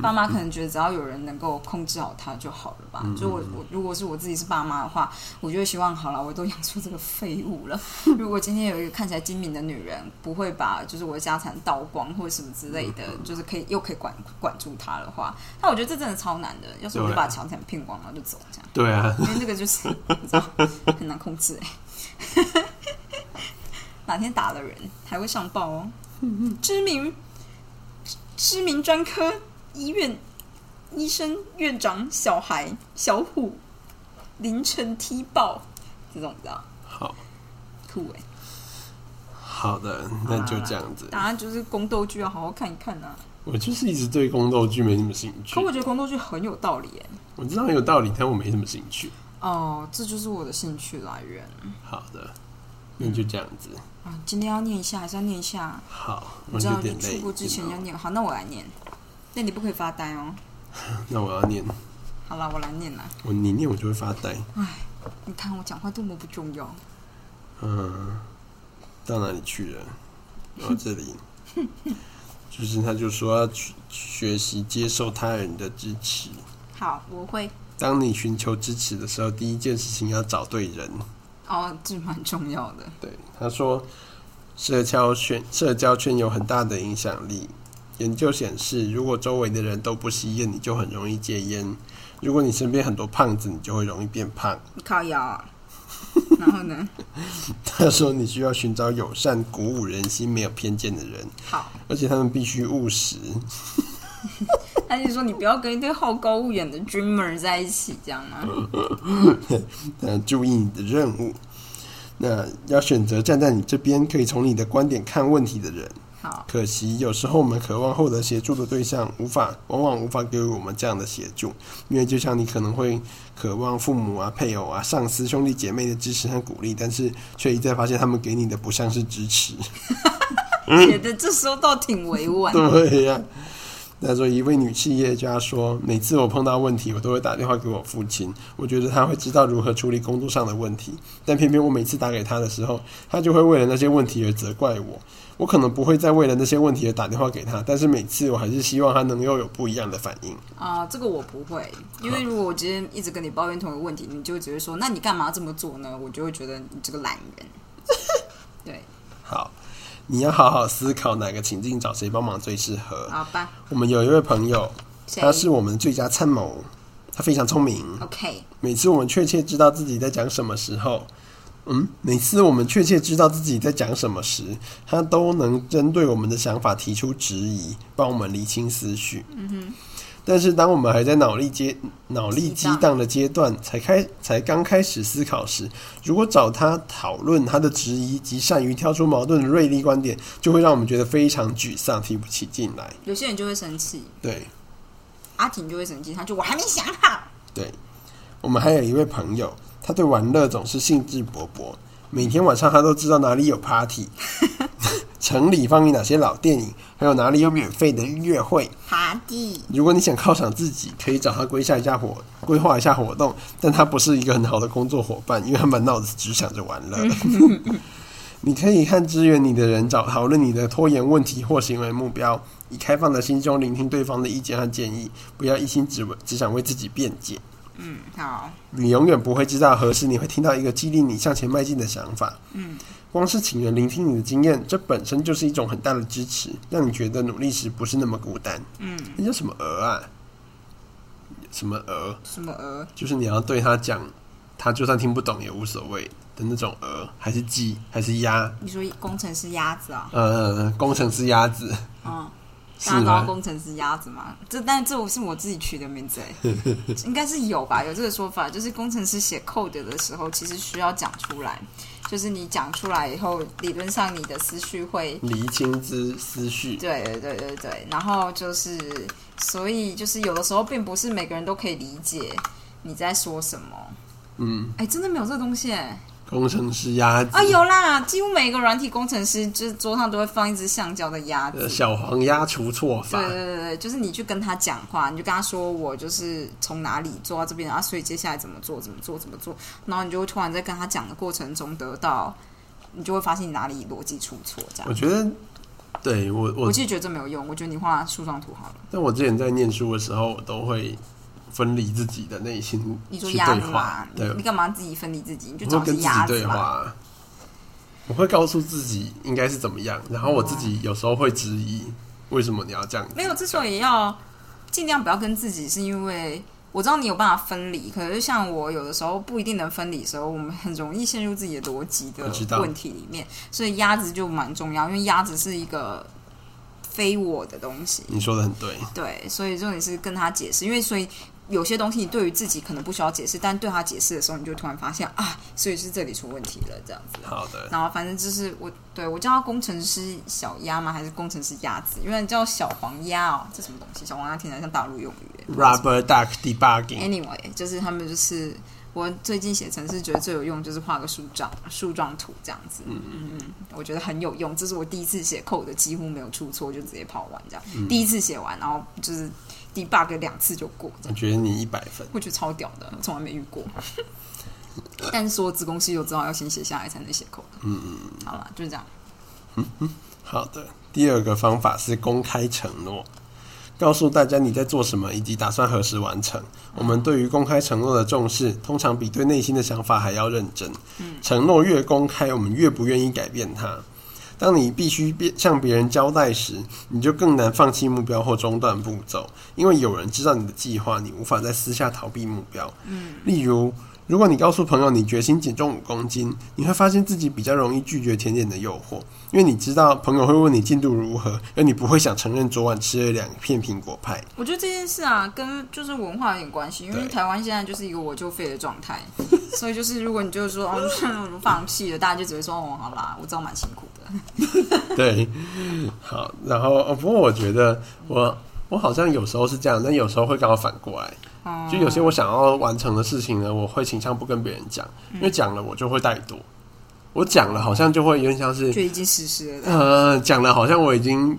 爸妈可能觉得只要有人能够控制好他就好了嗯吧。就我我如果是我自己是爸妈的话，我就会希望好了，我都养出这个废物 了。如果今天有一个看起来精明的女人，不会把就是我的家产倒光或者什么之类嗯的，就是可以又可以管管住他的话，那我觉得这真的超难的。要是我就对把财产骗光了就走这样。对啊，因为这个就是你知道很难控制哎、哪天打了人还会上报哦。知名知名专科医院医生院长小孩小虎凌晨踢爆，这种你知道好酷哎、好的，那就这样子。大家就是宫斗剧要好好看一看啊。我就是一直对宫斗剧没什么兴趣可，我觉得宫斗剧很有道理哎、我知道有道理，但我没什么兴趣。哦，这就是我的兴趣来源好的，那就这样子。啊。今天要念一下，还是要念一下？好，你我知嗯有道点你累出国之前要了。念，好，那我来念。那你不可以发呆哦。那我要念，好了，我来念啦。我你念我就会发呆。你看我讲话多么不重要。嗯，到哪里去了？到这里， 就是他就说要去学习接受他人的支持。好，我会。当你寻求支持的时候，第一件事情要找对人。哦，这蛮重要的。对，他说，社交圈社交圈有很大的影响力。研究显示，如果周围的人都不吸烟，你就很容易戒烟；如果你身边很多胖子，你就会容易变胖。 你靠腰啊、然后呢？他说，你需要寻找友善、鼓舞人心、没有偏见的人，好，而且他们必须务实。 他就说你不要跟一堆好高骛远的 dreamer 在一起，啊这样 吗？呃，注意你的任务。那要选择站在你这边，可以从你的观点看问题的人。好，可惜，有时候我们渴望获得协助的对象，无法，往往无法给予我们这样的协助，因为就像你可能会渴望父母啊、配偶啊、上司、兄弟姐妹的支持和鼓励，但是却一再发现他们给你的不像是支持。觉得这时候倒挺委婉。 对呀、那说一位女企业家说，每次我碰到问题，我都会打电话给我父亲，我觉得他会知道如何处理工作上的问题，但偏偏我每次打给他的时候，他就会为了那些问题而责怪我。我可能不会再为了那些问题而打电话给他，但是每次我还是希望他能够有不一样的反应。啊、这个我不会，因为如果我今天一直跟你抱怨同一个问题，你就只会说，那你干嘛这么做呢？我就会觉得你这个懒 人。对，好，你要好好思考哪个情境找谁帮忙最适合。好吧，我们有一位朋友，谁他是我们最佳参谋，他非常聪明。 ？OK，每次我们确切知道自己在讲什么时候，嗯，每次我们确切知道自己在讲什么时，他都能针对我们的想法提出质疑，帮我们理清思绪。嗯哼。但是，当我们还在脑力阶脑力激荡的阶段，才开才刚开始思考时，如果找他讨论他的质疑及善于挑出矛盾的锐利观点，就会让我们觉得非常沮丧，提不起劲来。有些人就会生气，对，阿婷就会生气，她就我还没想好。对，我们还有一位朋友，他对玩乐总是兴致勃勃，每天晚上他都知道哪里有 party，城里放映哪些老电影，还有哪里有免费的音乐会。爬地，如果你想犒赏自己，可以找他规下一下活，规划一下活动，但他不是一个很好的工作伙伴，因为他满脑子只想着玩乐。你可以和支援你的人找讨论你的拖延问题或行为目标，以开放的心胸聆听对方的意见和建议，不要一心只为只想为自己辩解。嗯，好，你永远不会知道何时你会听到一个激励你向前迈进的想法。嗯，光是请人聆听你的经验，这本身就是一种很大的支持，让你觉得努力时不是那么孤单。嗯，那叫什么鹅啊？什么鹅？什么鹅？就是你要对他讲，他就算听不懂也无所谓的那种鹅，还是鸡，还是鸭？你说工程师鸭子啊、呃，工程师鸭子嗯，是大家都要吗？工程师鸭子嘛？这但这我是我自己取的名字哎，应该是有吧？有这个说法，就是工程师写 code 的时候，其实需要讲出来，就是你讲出来以后，理论上你的思绪会厘清之思绪，对对对对对，然后就是，所以就是有的时候并不是每个人都可以理解你在说什么。嗯，哎，真的没有这东西哎！工程师鸭子啊，有啦，几乎每一个软体工程师就是桌上都会放一只橡胶的鸭子呃。小黄鸭除错法对，对对对，就是你去跟他讲话，你就跟他说我就是从哪里做到这边，然后啊所以接下来怎么做怎么做怎么做，然后你就会突然在跟他讲的过程中得到，你就会发现你哪里逻辑出错这我样。觉得，对我我我，其实觉得这没有用，我觉得你画树状图好了。但我之前在念书的时候，我都会分离自己的内心你去说对鸭子话嘛，，你对，你干嘛自己分离自己？你就我找会跟是自己鸭子对嘛。话。我会告诉自己应该是怎么样，然后我自己有时候会质疑为什么你要这样子。没有，之所以要尽量不要跟自己，是因为我知道你有办法分离，可是像我有的时候不一定能分离的时候，我们很容易陷入自己的逻辑我的知道问题里面，所以鸭子就蛮重要，因为鸭子是一个非我的东西，你说的很对，对，所以重点是跟他解释，因为所以。有些东西你对于自己可能不需要解释，但对他解释的时候，你就突然发现啊，所以是这里出问题了，这样子。好的，然后反正就是我对我叫它工程师小鸭吗？还是工程师鸭子？因为叫小黄鸭哦，这什么东西？小黄鸭听起来像大陆用语耶。 Rubber Duck Debugging， Anyway，就是他们就是我最近写程式觉得最有用就是画个树状树状图这样子，嗯嗯嗯，我觉得很有用。这是我第一次写 code 几乎没有出错，就直接跑完这样。第一次写完，然后就是 debug 两次就过这样我觉得你一百分。我觉得超屌的，从来没遇 过。但是说子公司有知道要先写下来才能写 code，嗯嗯，好了，就是这样。好的，第二个方法是公开承诺，告诉大家你在做什么以及打算何时完成。我们对于公开承诺的重视，通常比对内心的想法还要认真。承诺越公开，我们越不愿意改变它。当你必须变向别人交代时，你就更难放弃目标或中断步骤，因为有人知道你的计划，你无法在私下逃避目标。嗯，例如，如果你告诉朋友你决心减重五公斤，你会发现自己比较容易拒绝甜点的诱惑，因为你知道朋友会问你进度如何，而你不会想承认昨晚吃了两片苹果派。我觉得这件事啊，跟就是文化有点关系，因为对台湾现在就是一个我就废的状态， 所以就是如果你就是说哦，我就放弃了，大家就只会说哦，好啦，我知道蛮辛苦的。 对，好，然后、哦、不过我觉得我我好像有时候是这样，但有时候会刚好反过来。哦、就有些我想要完成的事情呢，我会倾向不跟别人讲，因嗯为讲了我就会怠惰。我讲了好像就会有点像是，就已经实施了的，呃，讲了好像我已经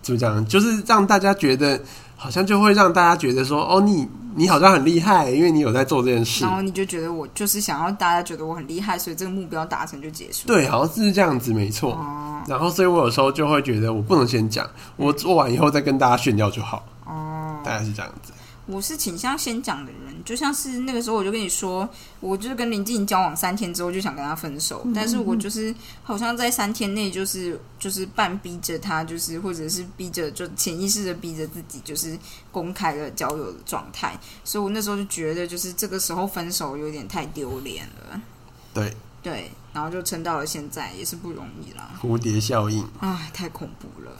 怎么讲，就是让大家觉得好像就会让大家觉得说，哦，你你好像很厉害，因为你有在做这件事然。后你就觉得我就是想要大家觉得我很厉害，所以这个目标达成就结束。对，好像是这样子，没错。哦然后，所以我有时候就会觉得，我不能先讲，我做完以后再跟大家炫耀就好，哦，大概是这样子。我是倾向先讲的人，就像是那个时候我就跟你说，我就是跟林静交往三天之后就想跟他分手，但是我就是好像在三天内就是就是半逼着他，就是或者是逼着就潜意识的逼着自己，就是公开的交友的状态，所以我那时候就觉得就是这个时候分手有点太丢脸了，对，对，然后就撑到了现在也是不容易啦，蝴蝶效应，唉，太恐怖了。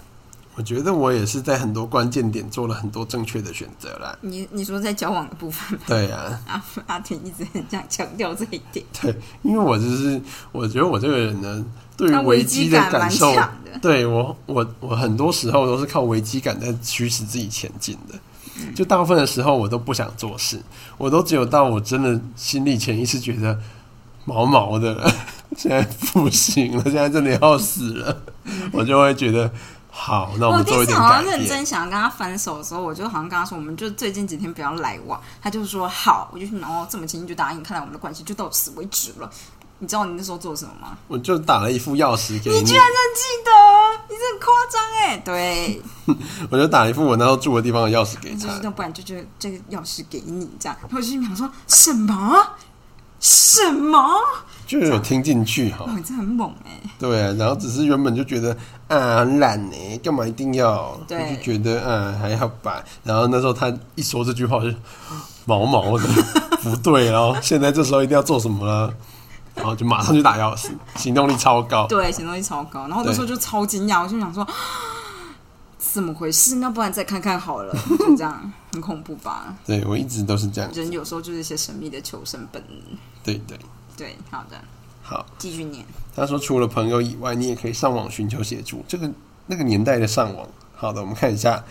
我觉得我也是在很多关键点做了很多正确的选择啦。你你说在交往的部分，对啊， 阿阿婷一直很想强调这一点，对，因为我就是我觉得我这个人呢，对于那嗯危危机机的蛮感受，强的。对我我我很多时候都是靠危机感在驱使自己前进的。嗯就大部分的时候，我都不想做事，我都只有到我真的心里潜意识觉得毛毛的了， 现在不行了，现在真的要死了，我就会觉得好，哦那我我们第做一一哦次点好改像认变。真想跟他分手的时候，我就好像跟他说，我们就最近几天不要来往。他就说好，我就想哦，这么轻易就答应，看来我们的关系就到此为止了。你知道你那时候做什么吗？我就打了一副钥匙给你居然能记得，你这很夸张哎，对， 我就打一副我那时候住的地方的钥匙给就他是，要不然就觉得这个钥匙给你这样，然后我心里想说什么什么，就有听进去哈。哦，你这很猛哎、对，然后只是原本就觉得啊很懒呢，干嘛一定要？我对就觉得啊还好吧。然后那时候他一说这句话，我就毛毛的 不对哦，现在这时候一定要做什么了？然后就马上去打钥匙，行动力超高。对，行动力超高。然后那时候就超惊讶，我就想说， 怎么回事？那不然再看看好了，就这样，很恐怖吧？对我一直都是这样。人有时候就是一些神秘的求生本能。对对，对，好的，好。继续念。他说除了朋友以外，你也可以上网寻求协助。这个那个年代的上网。好的，我们看一下。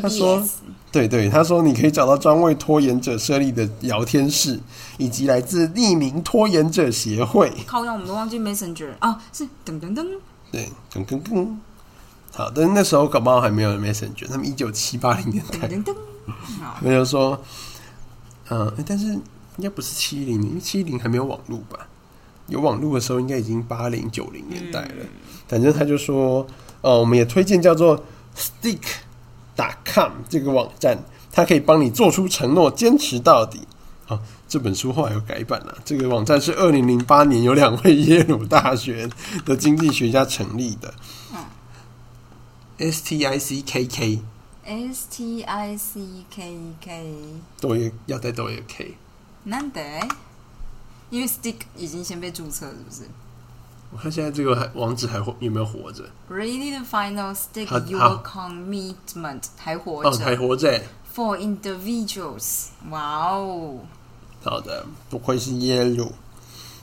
他说 BBS，对对，他说你可以找到专为拖延者设立的聊天室，以及来自匿名拖延者协会。靠腰，我们都忘记 Messenger 啊，是噔噔噔，对，噔噔噔。好，但是那时候搞不好还没有 Messenger，他们一九七八零年代，噔噔噔。好，没有说，嗯、诶但是应该不是七零，因为七零还没有网络吧？有网络的时候，应该已经八零九零年代了。反正他就说，呃，我们也推荐叫做 Stick.com 这个网站，它可以帮你做出承诺，坚持到底。啊，这本书后来有改版了、这个网站是二零零八年有两位耶鲁大学的经济学家成立的。S T I C K K S T I C K K，多一个要再多一个 K。难得欸，因为 Stick 已经先被注册，是不是我看现在这个还网址还活有没有活着？ ？Ready the final stick 好 your 好 commitment 还活哦，着，还活着欸。 For individuals，哇哦，好的，不愧是耶鲁。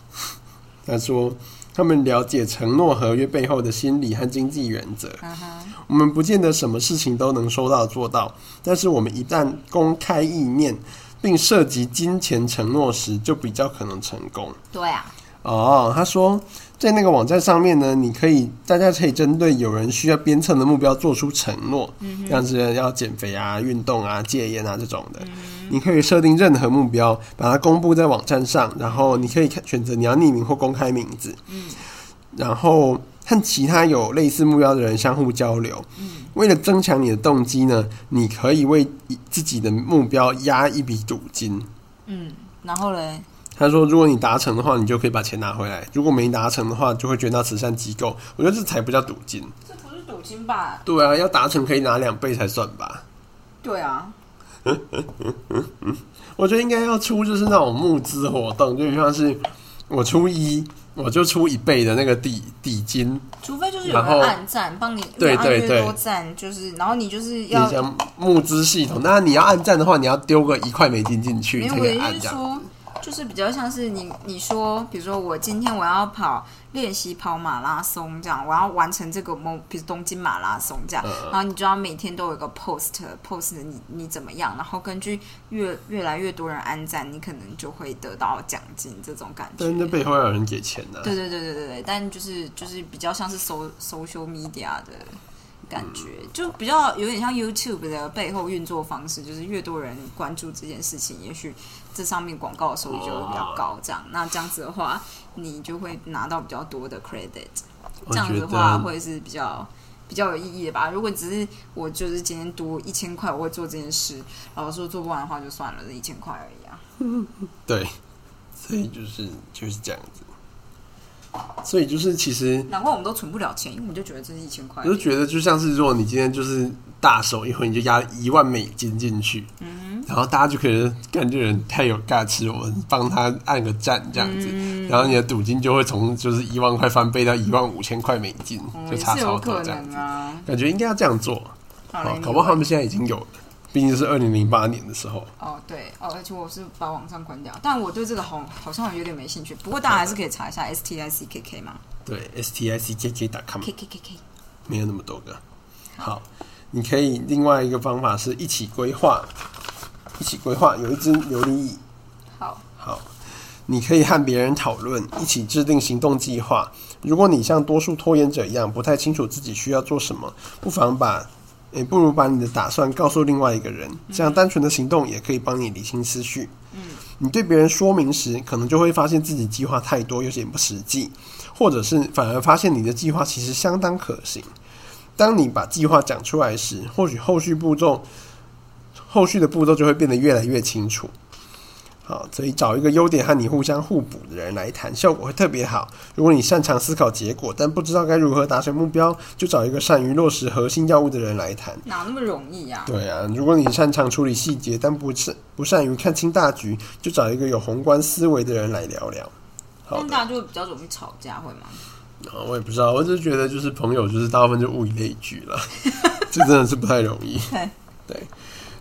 他说，他们了解承诺合约背后的心理和经济原则。哈哈，我们不见得什么事情都能说到做到，但是我们一旦公开意念，并涉及金钱承诺时，就比较可能成功。对啊，哦，他说在那个网站上面呢，你可以大家可以针对有人需要鞭策的目标做出承诺，像是要减肥啊、运动啊、戒烟啊这种的。你可以设定任何目标，把它公布在网站上，然后你可以看选择你要匿名或公开名字。嗯，然后和其他有类似目标的人相互交流。嗯，为了增强你的动机呢，你可以为自己的目标压一笔赌金。嗯，然后嘞，他说，如果你达成的话，你就可以把钱拿回来；如果没达成的话，就会捐到慈善机构。我觉得这才不叫赌金。这不是赌金吧？对啊，要达成可以拿两倍才算吧。对啊，我觉得应该要出就是那种募资活动，就像是我出一，我就出一倍的那个底底金，除非就是有然后人暗赞帮你，对按对越对多赞就是，然后你就是也要，像募资系统。那你要按赞的话，你要丢个一块美金进去没有，才我可的以意思按是这样。说，就是比较像是你你说，比如说我今天我要跑练习跑马拉松这样，我要完成这个某，比如东京马拉松这样，呃然后你就要每天都有一个 post post 你你怎么样，然后根据越越来越多人按赞，你可能就会得到奖金这种感觉。但是那背后要有人给钱啊呢、对对对对对对，但就是就是比较像是 so social media 的感觉，嗯就比较有点像 YouTube 的背后运作方式，就是越多人关注这件事情，也许这上面广告的收益就会比较高。这样，哦那这样子的话，你就会拿到比较多的 credit，我这样觉子的话得会是比较。比较有意义的吧。如果只是我就是今天多一千块，我会做这件事，然后说做不完的话就算了，这一千块而已啊。对，所以就是就是这样子。所以就是其实难怪我们都存不了钱，因为我们就觉得这是一千块而我就已。觉得就像是，如果你今天就是大手一挥，你就压一万美金进去，嗯然后大家就可能干这个人太有尬吃，我们帮他按个赞这样子，嗯然后你的赌金就会从就是一万块翻倍到一万五千块美金，嗯就也差是有超多可这样能子。啊。感觉应该要这样做，哦好好嘞，啊搞不好他你们现在已经有了，毕竟是二零零八年的时候。哦对哦，而且我是把网站关掉，但我对这个好好像有点没兴趣。不过大家还是可以查一下 S T I C K K 嘛对，S T I C K K com ，K K K K。没有那么多个。好，你可以另外一个方法是一起规划，一起规划有一只琉璃椅。好，好，你可以和别人讨论，一起制定行动计划。如果你像多数拖延者一样不太清楚自己需要做什么，不妨把，诶，不如把你的打算告诉另外一个人，这样单纯的行动也可以帮你理清思绪。嗯，你对别人说明时，可能就会发现自己计划太多，有点不实际，或者是反而发现你的计划其实相当可行。当你把计划讲出来时，或许后续步骤、后续的步骤就会变得越来越清楚。好，所以找一个优点和你互相互补的人来谈，效果会特别好。如果你擅长思考结果，但不知道该如何达成目标，就找一个善于落实核心要务的人来谈。哪那么容易呀、对啊，如果你擅长处理细节，但不是不善于看清大局，就找一个有宏观思维的人来聊聊。好但的，大家就比较容易吵架，会吗？啊我也不知道，我只是觉得就是朋友就是大部分就物以类聚了，这真的是不太容易。 对对，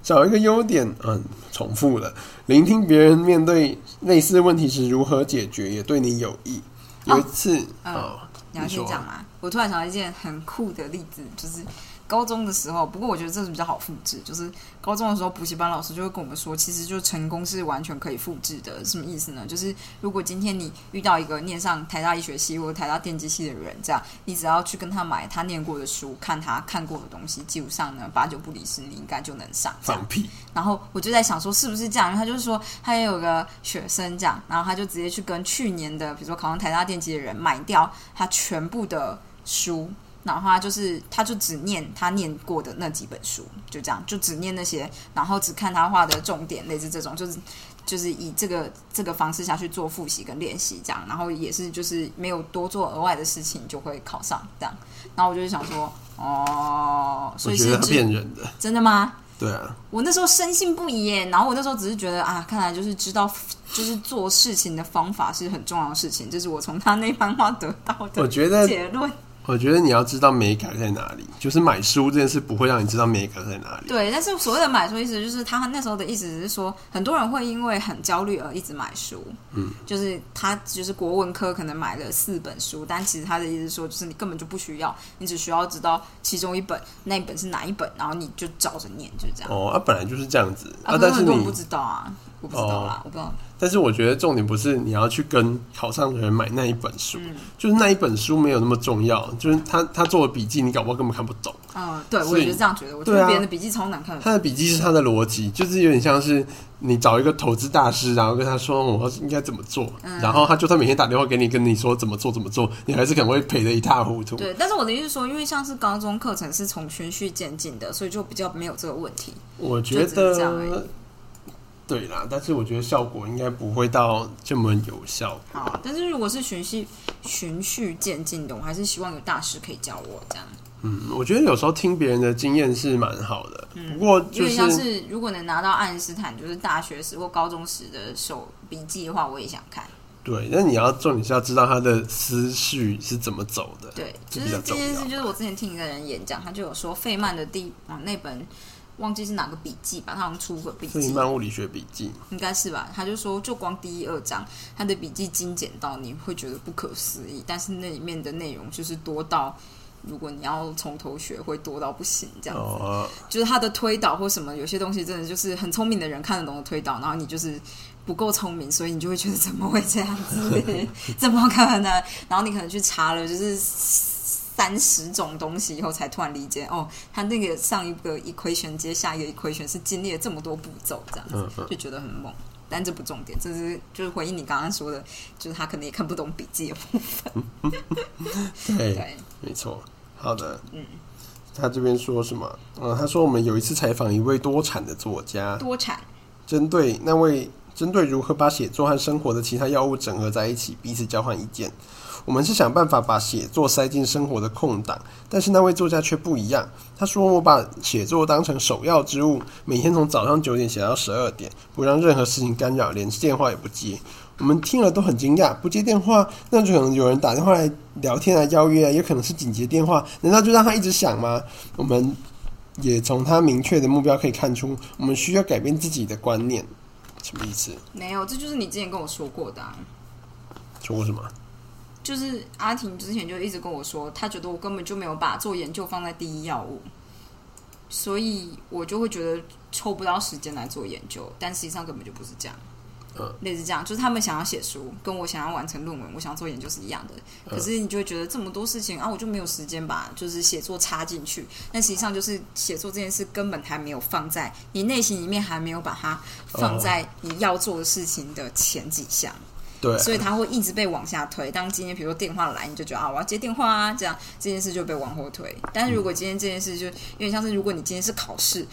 找一个优点，嗯，重复了，聆听别人面对类似问题时如何解决，也对你有益。有一次，嗯哦，你要你先说讲吗？我突然想到一件很酷的例子，就是高中的时候，不过我觉得这是比较好复制。就是高中的时候，补习班老师就会跟我们说，其实就成功是完全可以复制的。什么意思呢？就是如果今天你遇到一个念上台大医学系或者台大电机系的人，这样你只要去跟他买他念过的书，看他看过的东西，基本上呢八九不离十，你应该就能上。这样放屁，然后我就在想说是不是这样，因为他就是说他也有个学生这样，然后他就直接去跟去年的比如说考上台大电机的人买掉他全部的书，然后他就是他就只念他念过的那几本书，就这样就只念那些，然后只看他画的重点，类似这种就是。就是以这个这个方式下去做复习跟练习，这样，然后也是就是没有多做额外的事情就会考上这样，然后我就想说，哦，所我以觉是得他骗人的。真的吗？对啊，我那时候深信不疑耶，然后我那时候只是觉得啊，看来就是知道就是做事情的方法是很重要的事情，这是我从他那番话得到我的觉得，结论。我觉得你要知道美感在哪里，就是买书这件事不会让你知道美感在哪里。对，啊但是所谓的买书，意思就是他那时候的意思是说，很多人会因为很焦虑而一直买书，嗯，就是他就是国文科可能买了四本书，但其实他的意思是说，就是你根本就不需要，你只需要知道其中一本那一本是哪一本，然后你就照着念，就是这样。哦，啊，本来就是这样子啊，可但是很多人不你，哦知道啊，我不知道啦，我不知道。但是我觉得重点不是你要去跟考上的人买那一本书，嗯就是那一本书没有那么重要，就是他他做的笔记你搞不好根本看不懂。嗯，对，我所以也是这样觉得。我觉对得啊别人的笔记超难看的。他的笔记是他的逻辑，就是有点像是你找一个投资大师，然后跟他说嗯我应该怎么做，嗯然后他就算每天打电话给你，跟你说怎么做怎么做，你还是可能会赔得一塌糊涂。对，但是我的意思是说，因为像是高中课程是从循序渐进的，所以就比较没有这个问题。我就觉只是这样而得已，对啦，但是我觉得效果应该不会到这么有效。好，啊但是如果是循序循序渐进的，我还是希望有大师可以教我这样。嗯，我觉得有时候听别人的经验是蛮好的，不过因就为嗯像是是如果能拿到爱因斯坦就是大学时或高中时的手笔记的话，我也想看。对，那你要重点是要知道他的思绪是怎么走的。对，这就比较是这重要件事，就是我之前听一个人演讲，他就有说费曼的第啊那本忘记是哪个笔记吧，他好像出过笔费记，曼物理学笔记，应该是吧？他就说，就光第一二章，他的笔记精简到你会觉得不可思议，但是那里面的内容就是多到，如果你要从头学会，多到不行这样子。哦，就是他的推导或什么，有些东西真的就是很聪明的人看得懂的推导，然后你就是不够聪明，所以你就会觉得怎么会这样子？ 怎么可能？然后你可能去查了，就是。三十种东西以后才突然理解哦，他那个上一个 equation 接下一个 equation 是经历了这么多步骤，这样子嗯嗯，就觉得很猛。但这不重点，这是就是回应你刚刚说的，就是他可能也看不懂笔记的部对。分。没错，好的，嗯，他这边说什么？嗯，他说我们有一次采访一位多产的作家，多产针对那位针对如何把写作和生活的其他药物整合在一起，彼此交换意见。我们是想办法把写作塞进生活的空档，但是那位作家却不一样。他说：“我把写作当成首要之务，每天从早上九点写到十二点，不让任何事情干扰，连电话也不接。”我们听了都很惊讶，不接电话，那就可能有人打电话来聊天啊、邀约啊，也可能是紧急电话，难道就让他一直响吗？我们也从他明确的目标可以看出，我们需要改变自己的观念。什么意思？没有，这就是你之前跟我说过的、啊。说什么？就是阿婷之前就一直跟我说，她觉得我根本就没有把做研究放在第一要务，所以我就会觉得抽不到时间来做研究，但实际上根本就不是这样。嗯类似这样，就是他们想要写书，跟我想要完成论文，我想做研究是一样的。可是你就会觉得这么多事情啊，我就没有时间把就是写作插进去。但实际上就是写作这件事根本还没有放在你内心里面，还没有把它放在你要做的事情的前几项。对啊，所以它会一直被往下推。当今天比如说电话来，你就觉得啊，我要接电话啊，这样这件事就被往后推。但是如果今天这件事就有点像是，如果你今天是考试，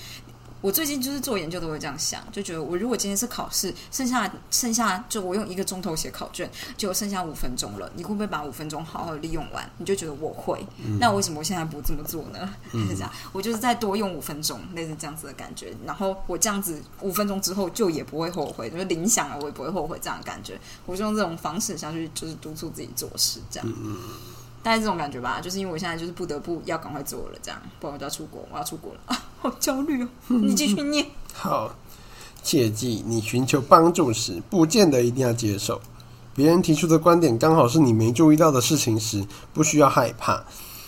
我最近就是做研究都会这样想，就觉得我如果今天是考试，剩下剩下就我用一个钟头写考卷，就剩下五分钟了，你会不会把五分钟好好利用完？你就觉得我会，嗯那为什么我现在不这么做呢？ 是这样，我就是再多用五分钟，类似这样子的感觉。然后我这样子五分钟之后就也不会后悔，就是铃响了我也不会后悔这样的感觉。我就用这种方式下去，就是督促自己做事这样。大概这种感觉吧，就是因为我现在就是不得不要赶快做了，这样，不然我就要出国，我要出国了啊，好焦虑哦！你继续念，好，切记，你寻求帮助时，不见得一定要接受别人提出的观点，刚好是你没注意到的事情时，不需要害怕。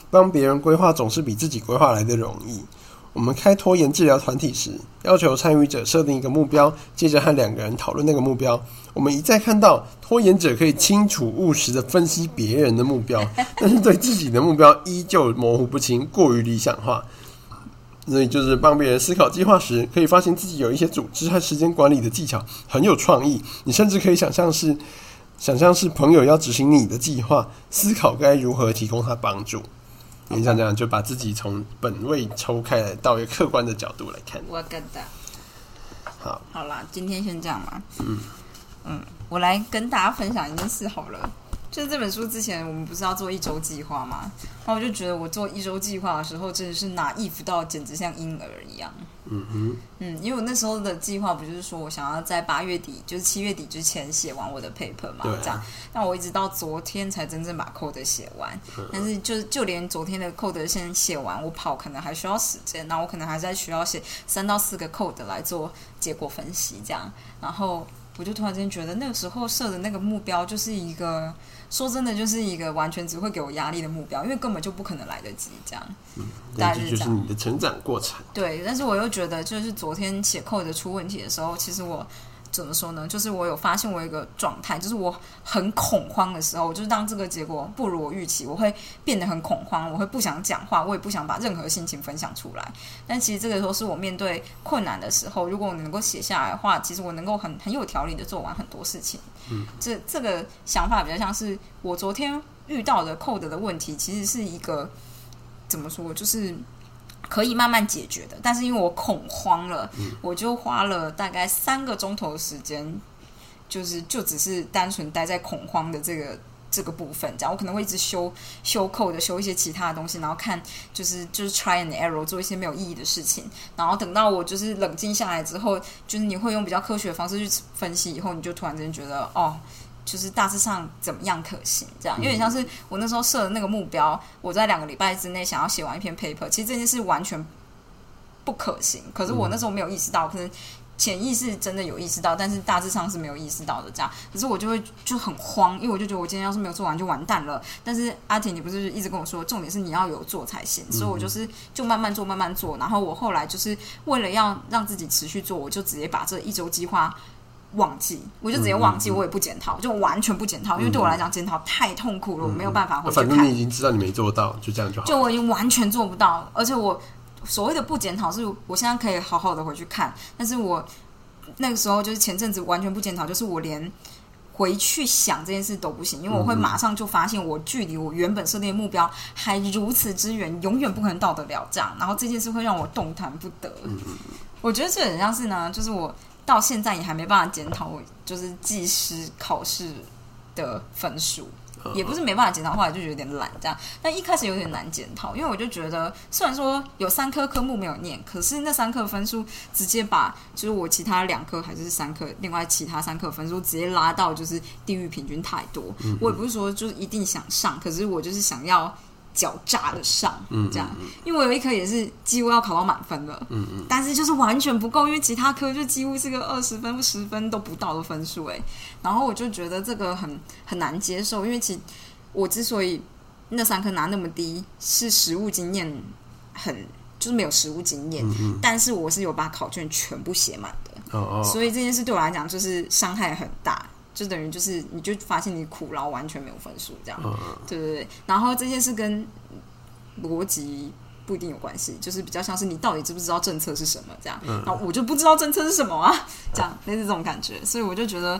帮别人规划总是比自己规划来的容易。我们开拖延治疗团体时，要求参与者设定一个目标，接着和两个人讨论那个目标。我们一再看到拖延者可以清楚务实的分析别人的目 标，但是对自己的目标依旧模糊不清，过于理想化。所以就是帮别人思考计划时，可以发现自己有一些组织和时间管理的技巧，很有创意。你甚至可以想象是，想象是朋友要执行你的计划，思考该如何提供他帮助。你想这样，就把自己从本位抽开来，到一个客观的角度来看。我跟的。好，好啦，今天先这样吧。嗯嗯，我来跟大家分享一件事好了。就是这本书之前，我们不是要做一周计划吗？然后我就觉得我做一周计划的时候，真的是拿衣服到简直像婴儿一样。嗯哼，嗯，因为我那时候的计划不就是说我想要在八月底，就是七月底之前写完我的 paper 嘛，对啊这样。但我一直到昨天才真正把 code 写完，嗯但是就就连昨天的 code 先写完，我跑可能还需要时间，那我可能还在需要写三到四个 code 来做结果分析这样。然后我就突然间觉得那个时候设的那个目标就是一个，说真的就是一个完全只会给我压力的目标，因为根本就不可能来得及这样。大但致这是就这是样你的成长过程。对，但是我又觉得，就是昨天写 code 出问题的时候，其实我怎么说呢？就是我有发现我有一个状态，就是我很恐慌的时候，就是当这个结果不如我预期，我会变得很恐慌，我会不想讲话，我也不想把任何心情分享出来。但其实这个时候是我面对困难的时候，如果我能够写下来的话，其实我能够很很有条理的做完很多事情。嗯，这这个想法比较像是我昨天遇到的 code 的问题，其实是一个怎么说，就是。可以慢慢解决的，但是因为我恐慌了，我就花了大概三个钟头的时间，就是就只是单纯待在恐慌的这个这个部分，这样我可能会一直修修扣的，修一些其他的东西，然后看就是就是 try and error 做一些没有意义的事情，然后等到我就是冷静下来之后，就是你会用比较科学的方式去分析，以后你就突然间觉得哦。就是大致上怎么样可行，这样有点像是我那时候设的那个目标，我在两个礼拜之内想要写完一篇 paper，其实这件事完全不可行。可是嗯我那时候没有意识到，可能潜意识真的有意识到，但是大致上是没有意识到的。这样，可是我就会就很慌，因为我就觉得我今天要是没有做完就完蛋了。但是阿婷，你不是一直跟我说，重点是你要有做才行，所以嗯我就是就慢慢做，慢慢做。然后我后来就是为了要让自己持续做，我就直接把这一周计划。忘记，我就直接忘嗯记，我也不检讨，就完全不检讨，因为对我来讲检讨太痛苦了，我没有办法回去啊反看。正你已经知道你没做到，就这样就好。就我已经完全做不到，而且我所谓的不检讨，是我现在可以好好的回去看，但是我那个时候就是前阵子完全不检讨，就是我连回去想这件事都不行，因为我会马上就发现我距离我原本设定的目标还如此之远，永远不可能到得了这样，然后这件事会让我动弹不得。我觉得这很像是呢，就是我到现在也还没办法检讨我就是技师考试的分数。也不是没办法检讨，后来就有点懒这样。但一开始有点难检讨，因为我就觉得，虽然说有三科科目没有念，可是那三科分数直接把就是我其他两科还是三科，另外其他三科分数直接拉到就是地域平均太多。我也不是说就是一定想上，可是我就是想要狡诈的上，这样，因为我有一科也是几乎要考到满分了，嗯嗯，但是就是完全不够，因为其他科就几乎是个二十分、十分都不到的分数，哎，然后我就觉得这个很很难接受，因为其我之所以那三科拿那么低，是实务经验很就是没有实务经验，但是我是有把考卷全部写满的，哦哦，所以这件事对我来讲就是伤害很大，就等于就是你就发现你苦劳完全没有分数这样，嗯嗯对对对。然后这件事跟逻辑不一定有关系，就是比较像是你到底知不知道政策嗯是什么这样。然后我就不知道政策是什么啊，这样类似这种感觉，所以我就觉得。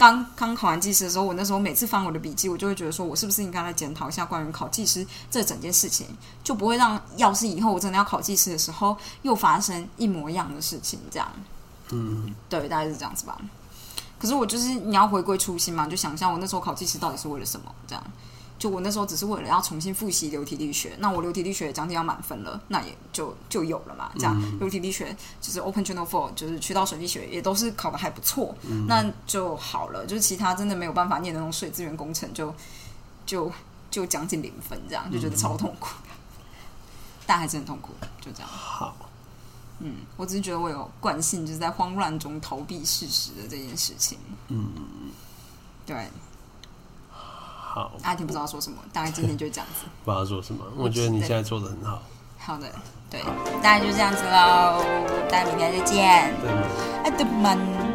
刚刚考完技师的时候，我那时候每次翻我的笔记，我就会觉得说，我是不是应该来检讨一下关于考技师这整件事情，就不会让要是以后我真的要考技师的时候，又发生一模一样的事情，这样。嗯，对，大概是这样子吧。可是我就是你要回归初心嘛，就想象我那时候考技师到底是为了什么？这样，就我那时候只是为了要重新复习流体力学。那我流体力学将近要满分了，那也就就有了嘛。这样，流体力学就是 Open Channel Four，就是渠道水力学也都是考的还不错，那就好了。就是其他真的没有办法念的那种水资源工程就，就就将近零分，这样就觉得超痛苦的。但还是很痛苦，就这样。好，嗯，我只是觉得我有惯性，就是在慌乱中逃避事实的这件事情。嗯，对，好，阿婷不知道说什么，大概今天就这样子。不知道做什么，我觉得你现在做的很好，好的，对，大概就这样子喽，大家明天再见。对吗？爱德曼。